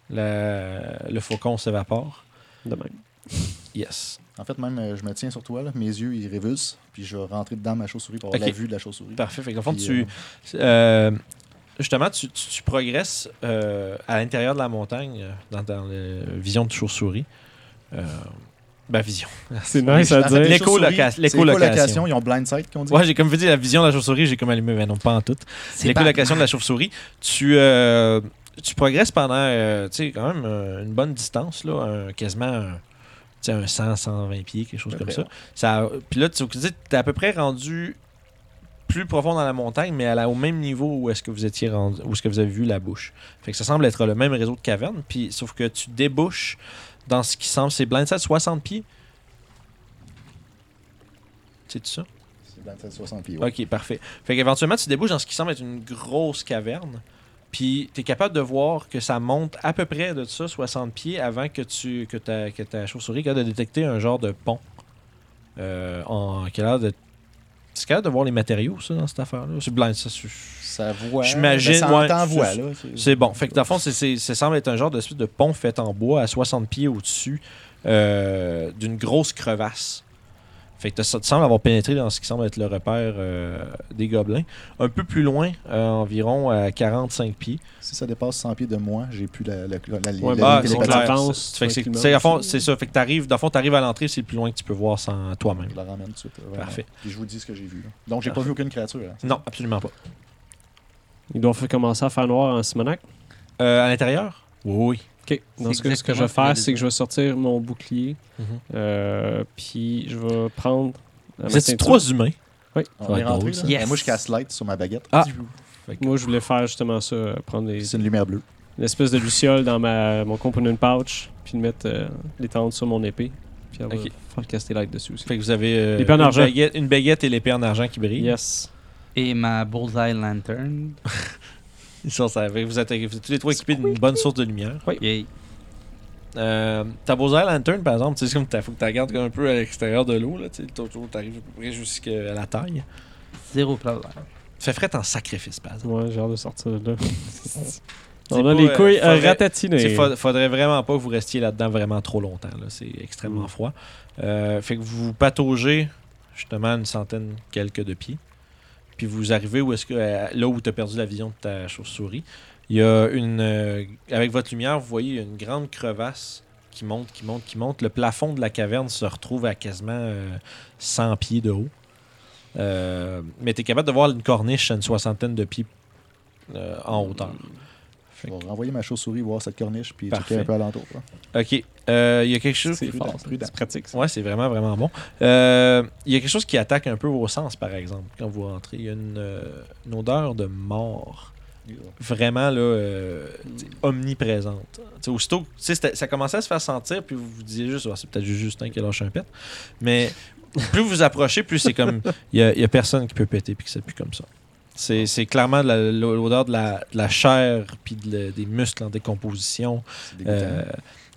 A: la- le faucon s'évapore.
B: De même.
A: Yes.
C: En fait, même, euh, je me tiens sur toi, là. mes yeux, ils révulsent, puis je vais rentrer dans ma chauve-souris pour avoir
A: Ok.
C: la vue de la chauve-souris.
A: Parfait. Fait que, dans le fond,
C: Puis,
A: tu.
C: euh,
A: Euh, justement, tu, tu- tu progresses euh, à l'intérieur de la montagne, euh, dans, dans la vision de chauve-souris. Euh, ben, vision.
B: C'est
C: mais
B: nice
C: je-
B: à
C: en fait, les
B: dire.
A: L'écoloca-
C: chauves-souris, c'est
A: l'écolocation.
C: l'écolocation, Ils ont blind sight, qu'on dit.
A: Ouais, j'ai comme dit la vision de la chauve-souris, j'ai comme allumé, mais non, pas en tout.
D: C'est pas-
A: L'écolocation de la chauve-souris. Tu, euh, tu progresses pendant, euh, tu sais, quand même euh, une bonne distance, là, un- quasiment un, tu sais, un 100, 120 pieds, quelque chose
C: À peu
A: comme
C: près,
A: ça. ça
C: ouais.
A: Puis là, tu es à peu près rendu plus profond dans la montagne, mais à la- au même niveau où est-ce que vous étiez rendu, où est-ce que vous avez vu la bouche. Fait que ça semble être le même réseau de cavernes, puis sauf que tu débouches dans ce qui semble, c'est blind Side, 60 pieds. C'est ça?
C: C'est blind sight 60 pieds. ouais.
A: Ok, parfait. Fait qu'éventuellement, tu débouches dans ce qui semble être une grosse caverne. Puis, tu es capable de voir que ça monte à peu près de ça, 60 pieds, avant que, tu, que, ta, que ta chauve-souris est capable de détecter un genre de pont. Euh, en, qui a l'air de. C'est capable de voir les matériaux, ça, dans cette affaire-là. C'est blind, ça. c'est-
C: Ça voit.
A: J'imagine,
C: ben, ça
A: ouais,
C: entend
A: c'est-
C: voix, là.
A: C'est bon. Fait que, dans le fond, c'est- c'est- ça semble être un genre de, de pont fait en bois à 60 pieds au-dessus euh, d'une grosse crevasse. Fait que ça te semble avoir pénétré dans ce qui semble être le repère euh, des gobelins. Un peu plus loin, euh, environ à 45 pieds.
C: Si ça dépasse 100 pieds de moi, j'ai plus la, la, la, la,
B: Ouais,
C: la-
B: bah,
C: la-
A: c'est
B: c'est
C: la-
A: clair.
B: avance
A: Fait que c'est-
B: tranquillement.
A: c'est à fond- c'est ça. Fait que t'arrives, dans le fond, t'arrives à l'entrée, c'est le plus loin que tu peux voir sans toi-même.
C: Je la ramène tout de suite. là, vraiment.
A: Parfait.
C: Puis je vous dis ce que j'ai vu. là. Donc, j'ai pas vu aucune créature. là.
A: Non, absolument pas.
B: Ils doivent commencer à faire noir en Simonac.
A: Euh, à l'intérieur? Oui,
B: OK. Dans ce cas, ce que je vais
D: exactement ce que j'allais
B: faire, c'est que je vais sortir mon bouclier.
A: oui.
B: euh, puis je vais prendre. euh, ma
A: Mhm. Vous êtes
B: ceinture.
A: trois humains. Ça
C: On
A: va
C: est
A: être
C: rentré.
A: drôle,
C: là.
A: ça.
D: Yes.
C: Moi, je casse light sur ma baguette.
A: Ah.
B: Moi, je voulais faire justement ça, euh, prendre les,
C: C'est une lumière bleue.
B: l'espèce de luciole dans ma, mon component pouch, puis le mettre, euh, l'étendre sur mon épée, puis elle va
A: Ok.
B: faire caster light dessus aussi.
A: Fait que vous avez euh,
B: L'épée en
A: une,
B: argent.
A: baguette, une baguette et l'épée en argent qui brille.
B: Yes.
D: Et ma Bullseye Lantern.
A: Ils sont ça. Fait que Vous êtes, vous êtes tous les trois équipés d'une bonne source de lumière.
D: Yay.
A: Euh, ta Bowser Lantern, par exemple, tu sais, c'est comme t'as- faut que tu regardes comme un peu à l'extérieur de l'eau, là, tu sais, t'as- t'arrives à peu près jusqu'à la taille.
D: Zéro problème.
A: Fait frais en sacrifice, par exemple.
B: Ouais, j'ai hâte de sortir de là.
A: C'est
B: On
A: pas,
B: a les
A: euh,
B: couilles à
A: faudrait-
B: ratatiner.
A: Il faudrait, vraiment pas que vous restiez là-dedans vraiment trop longtemps, là, c'est extrêmement
B: Mm.
A: froid. Euh, fait que vous pataugez justement à une centaine quelques de pieds, puis vous arrivez où est-ce que à- là où tu as perdu la vision de ta chauve-souris, il y a une euh, avec votre lumière, vous voyez une grande crevasse qui monte, qui monte, qui monte. Le plafond de la caverne se retrouve à quasiment euh, 100 pieds de haut. Euh, mais tu es capable de voir une corniche à une soixantaine de pieds euh, en hauteur.
B: Mm.
C: Je vais renvoyer ma chauve-souris voir cette corniche puis
A: Parfait.
C: checker un peu alentour. là.
A: Ok, Euh, il y a quelque chose.
B: C'est
C: Prudent,
B: fort, ça.
C: prudent.
B: c'est pratique. ça.
A: Ouais, c'est vraiment, vraiment bon. Euh, Il y a quelque chose qui attaque un peu vos sens, par exemple, quand vous rentrez. Il y a une, euh, une odeur de mort vraiment là, euh, t'sais, omniprésente. T'sais, aussitôt, que- t'sais, c'était- ça commençait à se faire sentir, puis vous vous disiez juste, Ah, c'est peut-être juste Justin qui lâche un pet. Mais plus vous vous approchez, plus c'est comme, il n'y a, personne qui peut péter, puis que ça pue comme ça. C'est c'est clairement de la- l'odeur de la, de la chair, puis de le- des muscles en décomposition.
C: C'est dégoûtant.
A: Euh,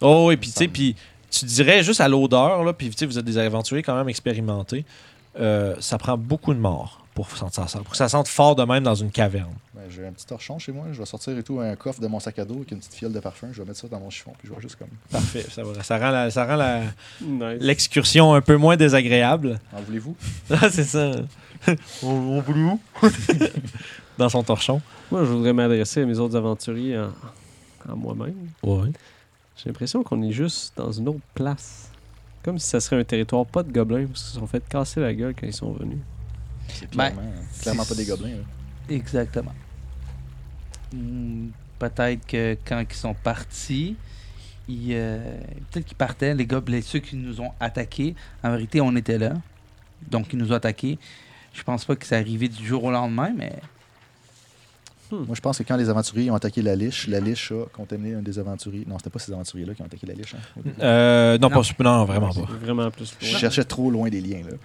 A: oh, et puis tu sais,
C: Ensemble.
A: puis tu dirais juste à l'odeur, là, puis tu sais, vous êtes des aventuriers quand même expérimentés, euh, ça prend beaucoup de morts pour, sentir ça, pour que ça sente fort de même dans une caverne.
C: Ben, j'ai un petit torchon chez moi. Je vais sortir et tout un coffre de mon sac à dos avec une petite fiole de parfum. Je vais mettre ça dans mon chiffon puis je vais juste comme.
A: Parfait, ça, va- ça rend la- ça rend la-
B: Nice.
A: l'excursion un peu moins désagréable.
C: En voulez-vous
A: Ah, c'est ça. On voulait où? dans son torchon.
B: Moi, je voudrais m'adresser à mes autres aventuriers en, en moi-même.
A: Ouais.
B: J'ai l'impression qu'on est juste dans une autre place. Comme si ça serait un territoire pas de gobelins, parce qu'ils se sont fait casser la gueule quand ils sont venus.
C: C'est
D: Ben,
C: clairement, clairement pas des gobelins. là.
D: Exactement. Hmm, Peut-être que quand ils sont partis, ils, euh, peut-être qu'ils partaient, les gobelins, ceux qui nous ont attaqués. En vérité, on était là. Donc, ils nous ont attaqués. Je pense pas que c'est arrivé du jour au lendemain, mais
C: Moi, je pense que quand les aventuriers ont attaqué la liche, la liche a contaminé un des aventuriers. Non, c'était pas ces aventuriers-là qui ont attaqué la liche. hein, au début.
A: Euh, non,
D: Non.
A: Pas, non, vraiment pas.
B: C'est Vraiment plus
C: Je cherchais trop loin des liens. Là.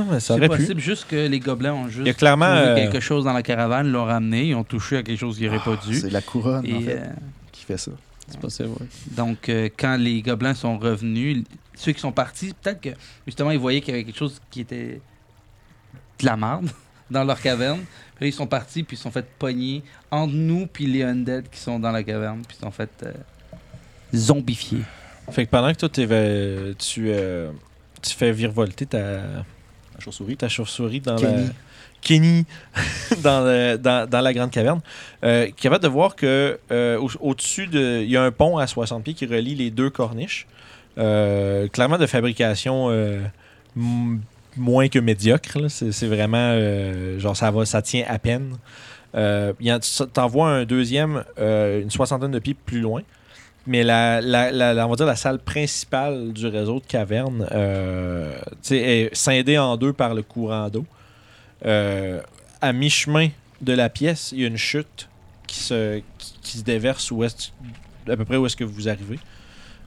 A: Non, mais ça
D: c'est
A: aurait
D: possible
A: pu.
D: juste que les gobelins ont juste
A: Il y a clairement.
D: trouvé
A: euh,
D: quelque chose dans la caravane, l'ont ramené, ils ont touché à quelque chose qu'ils n'auraient pas dû.
C: C'est la
A: Ah,
C: couronne,
D: Et,
C: en fait,
D: euh,
C: qui fait ça.
B: C'est possible, ouais.
D: Donc, euh, quand les gobelins sont revenus, l- ceux qui sont partis, peut-être que justement, ils voyaient qu'il y avait quelque chose qui était de la merde dans leur caverne. Puis là, ils sont partis, puis ils se sont fait pogner entre nous, puis les undead qui sont dans la caverne, puis ils se sont fait euh, zombifier.
A: Fait que pendant que toi, t'éva- tu, euh, tu fais virevolter ta,
C: La chauve-souris.
A: ta chauve-souris dans
C: Kenny.
A: la. Kenny dans, le- dans, dans la grande caverne, euh, capable de voir que euh, au- au-dessus de, il y a un pont à 60 pieds qui relie les deux corniches, Euh, clairement de fabrication euh, m- moins que médiocre. là. C'est c'est vraiment euh, genre ça va, ça tient à peine. Euh, il y en- tu- T'en vois un deuxième, euh, une soixantaine de pieds plus loin. Mais la, la- la- la- on va dire la salle principale du réseau de cavernes euh, tu sais, est scindée en deux par le courant d'eau. Euh, à mi-chemin de la pièce, il y a une chute qui se, qui, qui se déverse où est à peu près où est-ce que vous arrivez.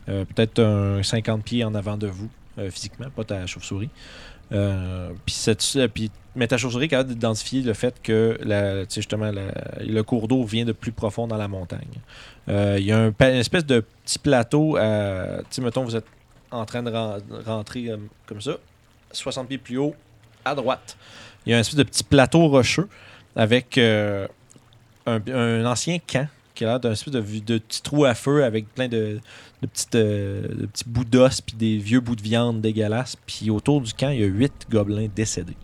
A: Euh, Peut-être un 50 pieds en avant de vous, euh, physiquement, pas ta chauve-souris. Euh, puis cette- euh, puis- mais ta chauve-souris est capable d'identifier le fait que la, tu sais, justement la- le cours d'eau vient de plus profond dans la montagne. Euh, Il y a un, pa- une espèce de petit plateau. à- tu sais, mettons, vous êtes en train de ren- rentrer euh, comme ça, 60 pieds plus haut, à droite. Il y a un espèce de petit plateau rocheux avec euh, un, un ancien camp qui a l'air d'un espèce de, vi- de petit trou à feu avec plein de, de petites, euh, de petits bouts d'os puis des vieux bouts de viande dégueulasses. Puis autour du camp, il y a huit gobelins décédés.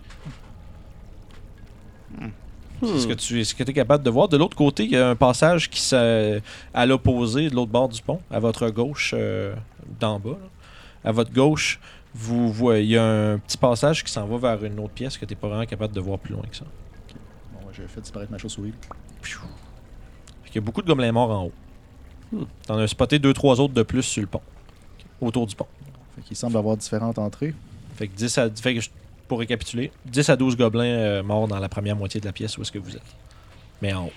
B: Hmm.
A: C'est ce que tu ce que es capable de voir. De l'autre côté, il y a un passage qui s'est à l'opposé, de l'autre bord du pont, à votre gauche, euh, d'en bas. là. À votre gauche, vous voyez, il y a un petit passage qui s'en va vers une autre pièce que tu n'es pas vraiment capable de voir plus loin que ça.
C: Bon, ouais, j'ai fait disparaître ma chauve-souris.
A: Il y a beaucoup de gobelins morts en haut.
B: Hmm.
A: T'en as spoté deux, trois autres de plus sur le pont. Autour du pont.
C: Fait qu'il semble avoir différentes entrées.
A: Fait que, 10 à, fait que je- pour récapituler, 10 à 12 gobelins euh, morts dans la première moitié de la pièce où est-ce que vous êtes. Mais en haut.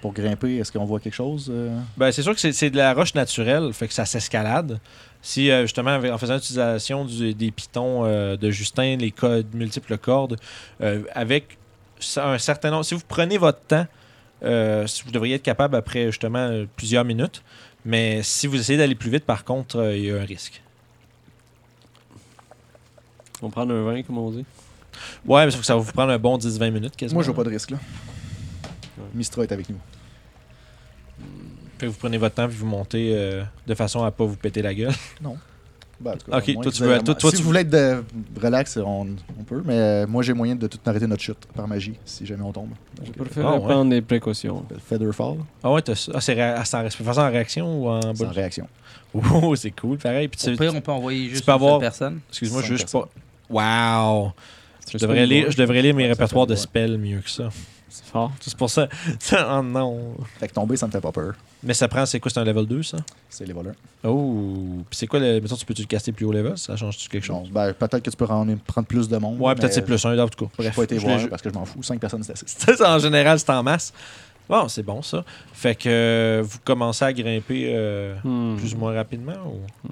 C: Pour grimper, est-ce qu'on voit quelque chose euh,
A: Ben, c'est sûr que c'est- c'est de la roche naturelle, fait que ça s'escalade. Si euh, justement, avec- en faisant l'utilisation du- des pitons euh, de Justin, les codes, multiples cordes, euh, avec ça- un certain nombre. Si vous prenez votre temps, euh, si vous devriez être capable après justement euh, plusieurs minutes. Mais si vous essayez d'aller plus vite, par contre, euh, il y a un risque.
B: On prend un vin, comme on dit.
A: Ouais, parce que ça va vous prendre un bon 10-20 minutes quasiment.
C: Moi, je vois pas de risque là.
B: Ouais.
C: Mistra est avec nous.
A: Fait que vous prenez votre temps puis vous montez euh, de façon à pas vous péter la gueule.
C: Ben, en tout cas,
A: Ok,
C: au
A: toi,
C: moins qu'ils
A: tu veux-
C: aient la-
A: toi- toi,
C: si
A: tu-
C: vous voulez être de- relax, on, on peut, mais euh, moi j'ai moyen de tout arrêter notre chute par magie si jamais on tombe. Donc,
B: Je
C: euh,
B: préfère
A: Ah, ouais.
B: prendre des précautions.
C: Featherfall,
A: Ah ouais, t'as ça. Ah, c'est ré- ah, c'est en, c'est en réaction ou en
C: sans
A: bonus?
C: réaction.
A: Oh, c'est cool, pareil. Puis tu-
D: Au pire, on peut envoyer juste
A: peux
D: une
A: avoir-
D: seule personne.
A: Excuse-moi, je
C: Cinq
A: veux juste pas.
C: personnes.
A: Wow! Je
B: C'est
A: devrais, lire, je devrais lire mes
C: Ouais, ça
A: répertoires de
C: fait une voix.
A: spells mieux que ça.
B: C'est fort.
A: C'est pour ça. ça, oh non!
C: Fait que tomber, ça me fait pas peur.
A: Mais ça prend, c'est quoi, c'est un level 2 ça?
C: C'est les voleurs.
A: Oh! Puis c'est quoi, le, mettons, tu peux-tu le caster plus haut level? Ça change-tu quelque chose?
C: Bon, ben, peut-être que tu peux en- prendre plus de monde.
A: Ouais, peut-être
C: mais
A: c'est plus un, en tout cas.
C: J'ai
A: Bref,
C: pas été
A: je
C: voir
A: l'ai-
C: parce que je m'en fous. Cinq personnes, c'est assez.
A: Ça, c'est- en général, c'est en masse. Bon, c'est bon ça. Fait que euh, vous commencez à grimper euh,
B: Hmm.
A: plus ou moins rapidement ou.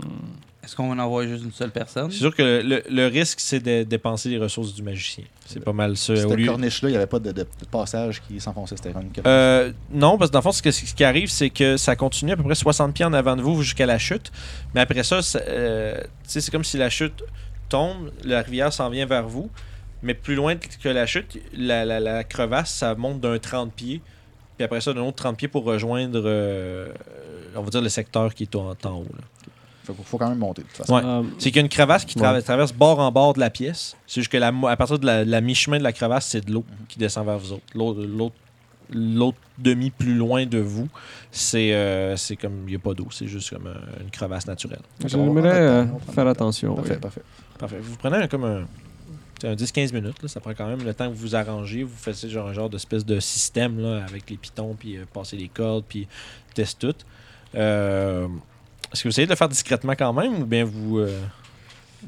D: Est-ce qu'on envoie juste une seule personne?
A: C'est sûr que le, le risque, c'est de dépenser les ressources du magicien. C'est pas mal ça. Euh, Au
C: Cette
A: lieu-
C: corniche-là, il n'y avait pas de, de- de passage qui s'enfonçait. C'était une corniche.
A: Euh, non, parce que dans le fond, ce, que- ce qui arrive, c'est que ça continue à peu près 60 pieds en avant de vous jusqu'à la chute. Mais après ça, ça, euh, tu sais, c'est comme si la chute tombe, la rivière s'en vient vers vous. Mais plus loin que la chute, la, la- la crevasse, ça monte d'un 30 pieds. Puis après ça, d'un autre 30 pieds pour rejoindre, euh, on va dire, le secteur qui est en, en haut. là.
C: Fait qu'il faut quand même monter, de toute façon.
A: Ouais.
B: Euh,
A: C'est qu'il y a une crevasse qui tra- traverse bord en bord de la pièce. C'est juste que la, mo- à partir de la, la mi-chemin de la crevasse, c'est de l'eau qui descend vers vous autres. L'autre- L'autre l'autre demi plus loin de vous, c'est euh, c'est comme il n'y a pas d'eau, c'est juste comme un- une crevasse naturelle.
C: on va prendre
B: J'aimerais
C: notre
B: euh,
C: temps, on va prendre
B: faire
C: notre temps.
B: attention.
C: Parfait,
B: oui.
C: parfait.
A: Parfait. Vous prenez un- comme un, C'est un 10-15 minutes. là. Ça prend quand même le temps que vous vous arrangez. Vous faites genre un genre d'espèce de système là, avec les pitons, puis euh, passer les cordes, puis test tout. Euh, Est-ce que vous essayez de le faire discrètement quand même ou bien vous. euh,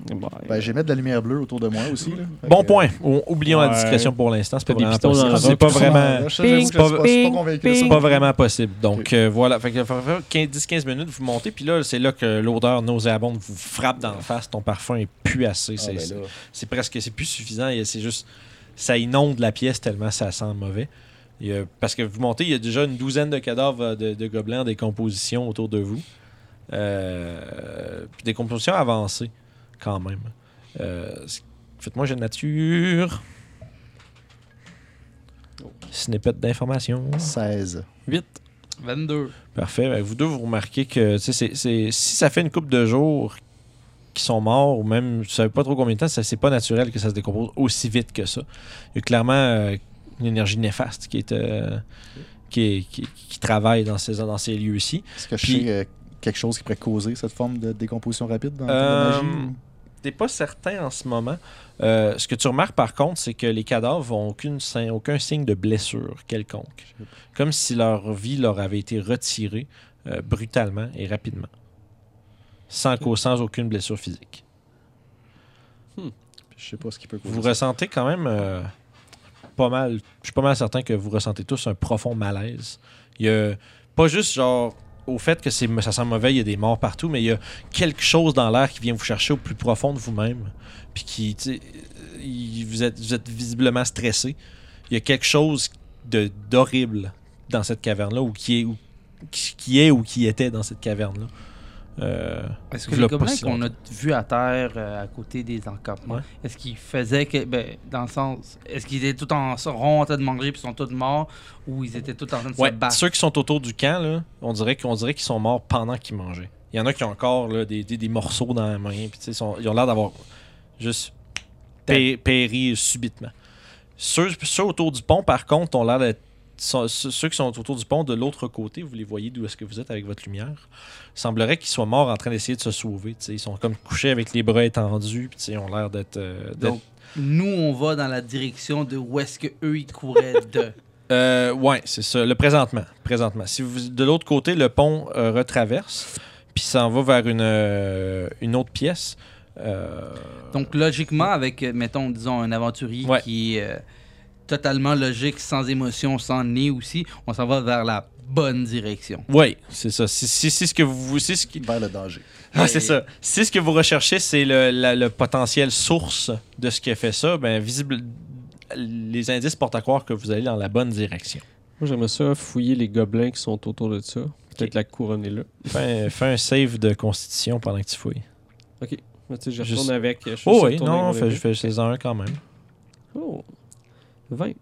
B: Bon,
C: Ben, j'ai mettre de la lumière bleue autour de moi aussi. là. Fait
A: Bon
C: que-
A: point. O- Oublions la
B: Ouais.
A: discrétion pour l'instant. C'est pas
B: T'as des
A: vraiment
B: pistons dans
A: possible.
B: le
A: C'est
B: roc.
A: pas
C: Ça,
A: vraiment.
C: j'avoue que je suis pas- je suis pas convaincu de ça.
A: C'est pas vraiment possible. Donc euh, voilà, fait que, faire 10-15 minutes, vous montez, puis là, c'est là que l'odeur nauséabonde vous frappe dans la face. Ton parfum est plus assez.
C: Ah,
A: C'est-
C: ben
A: c'est-
C: là.
A: c'est presque c'est plus suffisant et c'est juste ça inonde la pièce tellement ça sent mauvais Il y a- parce que vous montez il y a déjà une douzaine de cadavres euh, de, de gobelins en décomposition autour de vous Euh, puis des compositions avancées quand même Euh, c- faites-moi j'ai de nature snippet d'information
C: 16.
B: 8.
D: 22.
A: Parfait. Ben, vous deux, vous remarquez que tu sais, c'est- c'est- si ça fait une couple de jours qui sont morts, ou même, je ne savais pas trop combien de temps, ça- c'est pas naturel que ça se décompose aussi vite que ça. Il y a clairement euh, une énergie néfaste qui, est, euh, qui, est- qui- qui travaille dans ces, dans ces lieux-ci.
C: Est-ce que je
A: Puis-
C: sais euh, quelque chose qui pourrait causer cette forme de décomposition rapide dans
A: Euh,
C: la magie?
A: T'es pas certain en ce moment. Euh, ce que tu remarques par contre, c'est que les cadavres n'ont aucune, sin- aucun signe de blessure quelconque. Comme si leur vie leur avait été retirée euh, brutalement et rapidement. Sans, qu'au- sans aucune blessure physique.
C: Je sais pas ce qui peut causer.
A: Vous
C: ça.
A: ressentez quand même euh, pas mal. Je suis pas mal certain que vous ressentez tous un profond malaise. Il y a pas juste genre au fait que c'est, ça sent mauvais, il y a des morts partout, mais il y a quelque chose dans l'air qui vient vous chercher au plus profond de vous-même, puis qui, tu sais, il- vous êtes, vous êtes visiblement stressé. Il y a quelque chose de d'horrible dans cette caverne-là, ou qui est ou qui, qui est ou qui était dans cette caverne-là. Euh,
D: Est-ce que
A: V'là
D: les
A: pas
D: gobelins
A: si
D: qu'on a vus à terre euh, à côté des encampements,
A: Ouais.
D: est-ce qu'ils faisaient que. Ben, dans le sens. Est-ce qu'ils étaient tout en rond en train de manger puis sont tous morts ou ils étaient tous en train de
A: Ouais,
D: se battre
A: ceux qui sont autour du camp, là, on dirait qu'on dirait qu'ils sont morts pendant qu'ils mangeaient. Il y en a qui ont encore là, des, des- des morceaux dans la main, puis tu sais, ils sont- ils ont l'air d'avoir juste pé- péri subitement. Ceux, ceux autour du pont, par contre, ont l'air d'être sont- ceux ceux qui sont autour du pont de l'autre côté, vous les voyez d'où est-ce que vous êtes avec votre lumière. Il semblerait qu'ils soient morts en train d'essayer de se sauver. tu sais. Ils sont comme couchés avec les bras étendus, puis tu sais, ils ont l'air d'être. euh, d'être-
D: Donc, nous, on va dans la direction de où est-ce que eux ils couraient de.
A: Euh, ouais, c'est ça. Le présentement. Présentement. Si vous, de l'autre côté, le pont euh, retraverse, puis s'en va vers une, euh, une autre pièce. Euh,
D: Donc, logiquement, avec, euh, mettons, disons, un aventurier
A: Ouais.
D: qui est euh, totalement logique, sans émotion, sans nez aussi, on s'en va vers la bonne direction.
A: ouais, c'est ça. Si, si, si ce que vous, si ce qui-
C: Vers le danger.
A: Ah,
D: Mais-
A: c'est ça. Si ce que vous recherchez, c'est le, la- le potentiel source de ce qui a fait ça, ben visible, les indices portent à croire que vous allez dans la bonne direction.
B: Moi, j'aimerais ça fouiller les gobelins qui sont autour de ça. Peut-être
A: Ok.
B: la couronner là.
A: Fais, un- fais un save de constitution pendant que tu fouilles.
B: Moi, tu sais, je
A: Juste-
B: retourne avec. je suis
A: Oh
B: sûr
A: oui,
B: de tourner
A: non,
B: avec
A: fais,
B: mon
A: je
B: épée.
A: fais un quand même.
B: Oh. 20.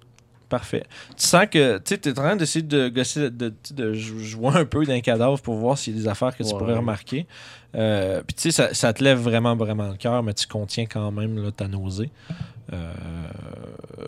A: Parfait. Tu sens que tu es en train d'essayer de gosser, de, de- de jou- jouer un peu d'un cadavre pour voir s'il y a des affaires que tu
B: Ouais.
A: pourrais remarquer. Euh, Puis tu sais, ça, ça te lève vraiment, vraiment le cœur, mais tu contiens quand même là, ta nausée. Euh,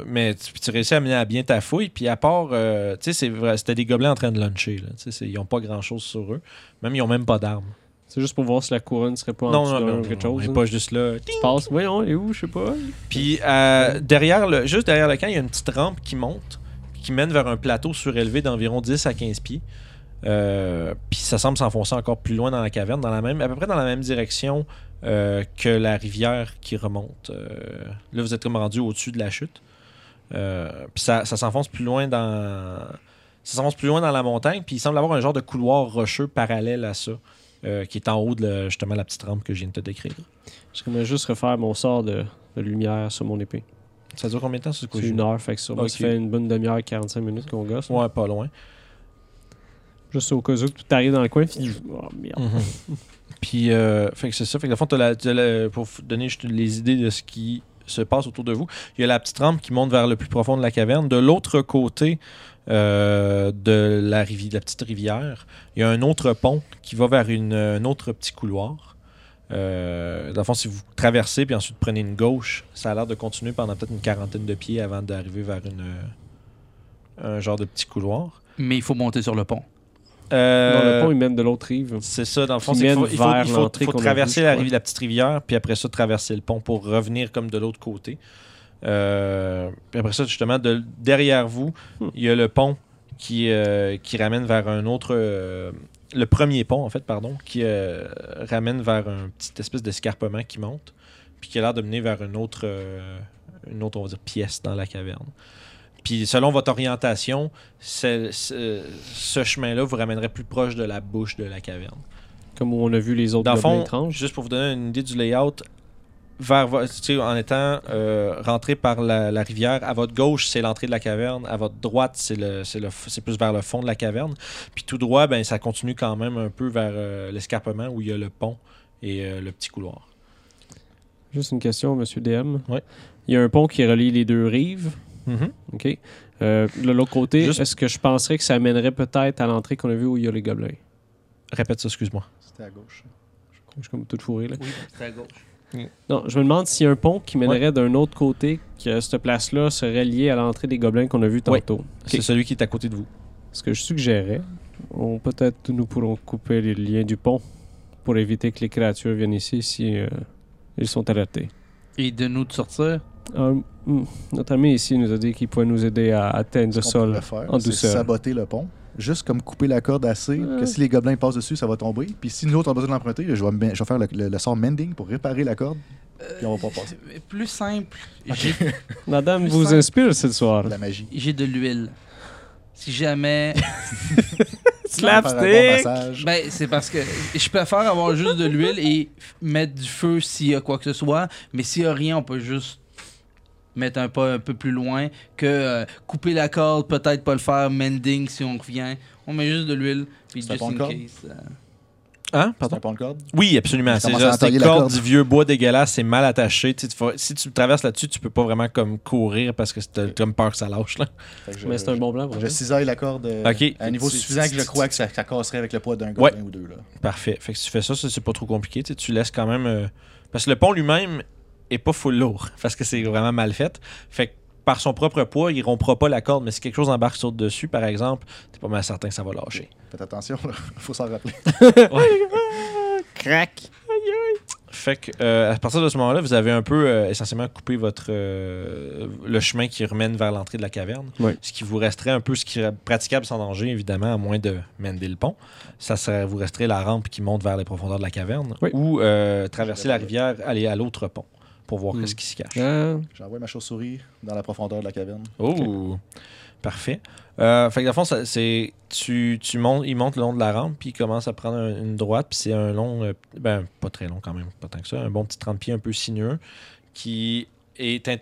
A: mais tu, puis tu réussis à mener à bien ta fouille. Puis à part, euh, tu sais, c'est vrai, c'était des gobelins en train de luncher. là. Tu sais, c'est- Ils n'ont pas grand-chose sur eux. Même, ils n'ont même pas d'armes.
B: C'est juste pour voir si la couronne serait pas en
A: Non,
B: dessous
A: non,
B: d'un
A: non,
B: ou quelque
A: non,
B: chose.
A: mais
B: hein.
A: pas juste là.
B: Tu passes. Voyons, elle est où, je sais pas.
A: Puis euh, derrière le, juste derrière le camp, il y a une petite rampe qui monte, qui mène vers un plateau surélevé d'environ 10 à 15 pieds. Euh, puis ça semble s'enfoncer encore plus loin dans la caverne, dans la même, à peu près dans la même direction euh, que la rivière qui remonte. Euh, là, vous êtes comme rendu au-dessus de la chute. Euh, puis ça, ça s'enfonce plus loin dans ça s'enfonce plus loin dans la montagne. Puis il semble avoir un genre de couloir rocheux parallèle à ça, euh, qui est en haut de le- justement la petite rampe que je viens de te décrire.
B: J'aimerais juste refaire mon sort de, de lumière sur mon épée.
A: Ça dure combien de temps ce coup
B: C'est une heure, fait que sûrement ça
A: Ok.
B: fait une bonne demi-heure, 45 minutes qu'on gosse.
A: Ouais, pas loin.
B: Juste au cas où que tu arrives dans le coin, puis oh merde.
A: Mhm. Puis, euh, fait que c'est ça. Fait que, dans le fond, t'as la- t'as la- pour vous donner juste les idées de ce qui se passe autour de vous, il y a la petite rampe qui monte vers le plus profond de la caverne. De l'autre côté euh, de la, rivi- de la petite rivière, il y a un autre pont qui va vers une, un autre petit couloir. Euh, dans le fond, si vous traversez puis ensuite prenez une gauche, ça a l'air de continuer pendant peut-être une quarantaine de pieds avant d'arriver vers une, un genre de petit couloir.
D: Mais il faut monter sur le pont.
A: Euh,
B: Non, le pont, il mène de l'autre rive.
A: C'est ça, dans le fond,
B: qui
A: c'est qu'il
B: mène
A: faut, il faut-
B: vers
A: il faut-
B: l'entrée
A: faut
B: qu'on a
A: traverser
B: vue,
A: la,
B: je crois.
A: rive- la petite rivière, puis après ça, traverser le pont pour revenir comme de l'autre côté. Euh, puis après ça, justement, de- derrière vous,
B: Hmm.
A: il y a le pont qui, euh, qui ramène vers un autre. euh, le premier pont, en fait, pardon, qui euh, ramène vers un petit espèce d'escarpement qui monte, puis qui a l'air de mener vers une autre, euh, une autre, on va dire, pièce dans la caverne. Puis selon votre orientation, c'est- c'est- ce chemin-là vous ramènerait plus proche de la bouche de la caverne.
B: Comme on a vu les autres
A: Dans le
B: gobelins
A: fond,
B: étranges.
A: juste pour vous donner une idée du layout, vers, vo- tu sais, en étant euh, rentré par la, la rivière, à votre gauche, c'est l'entrée de la caverne, à votre droite, c'est le, c'est le f- c'est plus vers le fond de la caverne, puis tout droit, ben, ça continue quand même un peu vers euh, l'escarpement où il y a le pont et euh, le petit couloir.
B: Juste une question, Monsieur DM.
A: Ouais.
B: Il y a un pont qui relie les deux rives.
A: Mm-hmm.
B: OK. Euh, de l'autre côté,
A: Juste-
B: est-ce que je penserais que ça mènerait peut-être à l'entrée qu'on a vue où il y a les gobelins?
A: Répète ça, excuse-moi.
C: C'était à gauche.
B: Je suis comme tout fourré, là.
D: Oui, c'est à gauche.
B: Non, je me demande s'il y a un pont qui mènerait d'un autre côté, que cette place-là serait liée à l'entrée des gobelins qu'on a vu
A: Oui.
B: tantôt.
A: C'est celui qui est à côté de vous.
B: Ce que je suggérais, on- peut-être nous pourrons couper les liens du pont pour éviter que les créatures viennent ici si euh, ils sont alertés.
D: Et de nous de sortir.
B: Ah, hmm, notre ami ici nous a dit qu'il pouvait nous aider à atteindre
C: Ce
B: le
C: qu'on
B: sol
C: pourrait faire,
B: en
C: c'est
B: douceur.
C: saboter le pont. Juste comme couper la corde assez que si les gobelins passent dessus, ça va tomber. Puis si nous autres on a besoin de l'emprunter, je vais, me- ben- je vais faire le, le- le sort mending pour réparer la corde. Puis on va pas passer.
D: Plus simple, j'ai-
B: Madame
D: Plus
B: vous
D: simple.
B: inspire ce soir.
C: De la magie.
D: j'ai de l'huile. Si jamais.
C: Faire un bon massage.
D: Ben, c'est parce que je préfère avoir juste de l'huile et f- mettre du feu s'il y a quoi que ce soit. Mais s'il y a rien, on peut juste mettre un pas un peu plus loin que euh, couper la corde, peut-être pas le faire, mending si on revient. On met juste de l'huile, puis
C: C'est un
D: just
C: bon
D: in
C: corps.
D: case. euh,
A: Hein?
C: C'est
A: Pardon?
C: un pont de corde.
A: Oui, absolument.
C: Je
A: C'est
C: commence
A: genre,
C: à
A: c'est
C: entailler
A: une
C: la
A: corde
C: corde.
A: du vieux bois dégueulasse, c'est mal attaché. Tu sais, tu vas- si tu traverses là-dessus, tu peux pas vraiment comme courir parce que t'as comme peur que ça lâche. Là.
C: Fait que je-
B: Mais c'est un bon blanc.
C: Je
B: vraiment.
C: cisaille la corde euh,
A: Ok.
C: à un niveau suffisant que je crois que ça, ça casserait avec le poids d'un
A: Ouais.
C: gobelin ou deux. Là.
A: Parfait. Fait que si tu fais ça, ça, c'est pas trop compliqué. Tu sais, tu laisses quand même. euh, Parce que le pont lui-même est pas full lourd parce que c'est vraiment mal fait. Fait que par son propre poids, il rompra pas la corde, mais si quelque chose embarque sur dessus, par exemple, t'es pas mal certain que ça va lâcher.
C: Faites attention, il faut s'en rappeler.
A: Crac! Fait que, euh, à partir de ce moment-là, vous avez un peu euh, essentiellement coupé votre euh, le chemin qui remène vers l'entrée de la caverne.
B: Ouais.
A: Ce qui vous resterait un peu ce qui est praticable sans danger, évidemment, à moins de mender le pont. Ça serait, vous resterait la rampe qui monte vers les profondeurs de la caverne
B: Oui.
A: ou euh, traverser la rivière, aller à l'autre pont pour voir
B: Hmm.
A: ce qui s'y cache.
B: Ah,
C: J'envoie ma chauve-souris dans la profondeur de la caverne.
A: Oh! Parfait. Euh, fait que dans le fond, ça- c'est, tu, tu montes, il monte le long de la rampe, puis il commence à prendre un- une droite, puis c'est un long, euh, ben pas très long quand même, pas tant que ça, un bon petit 30 pieds un peu sinueux, qui est in-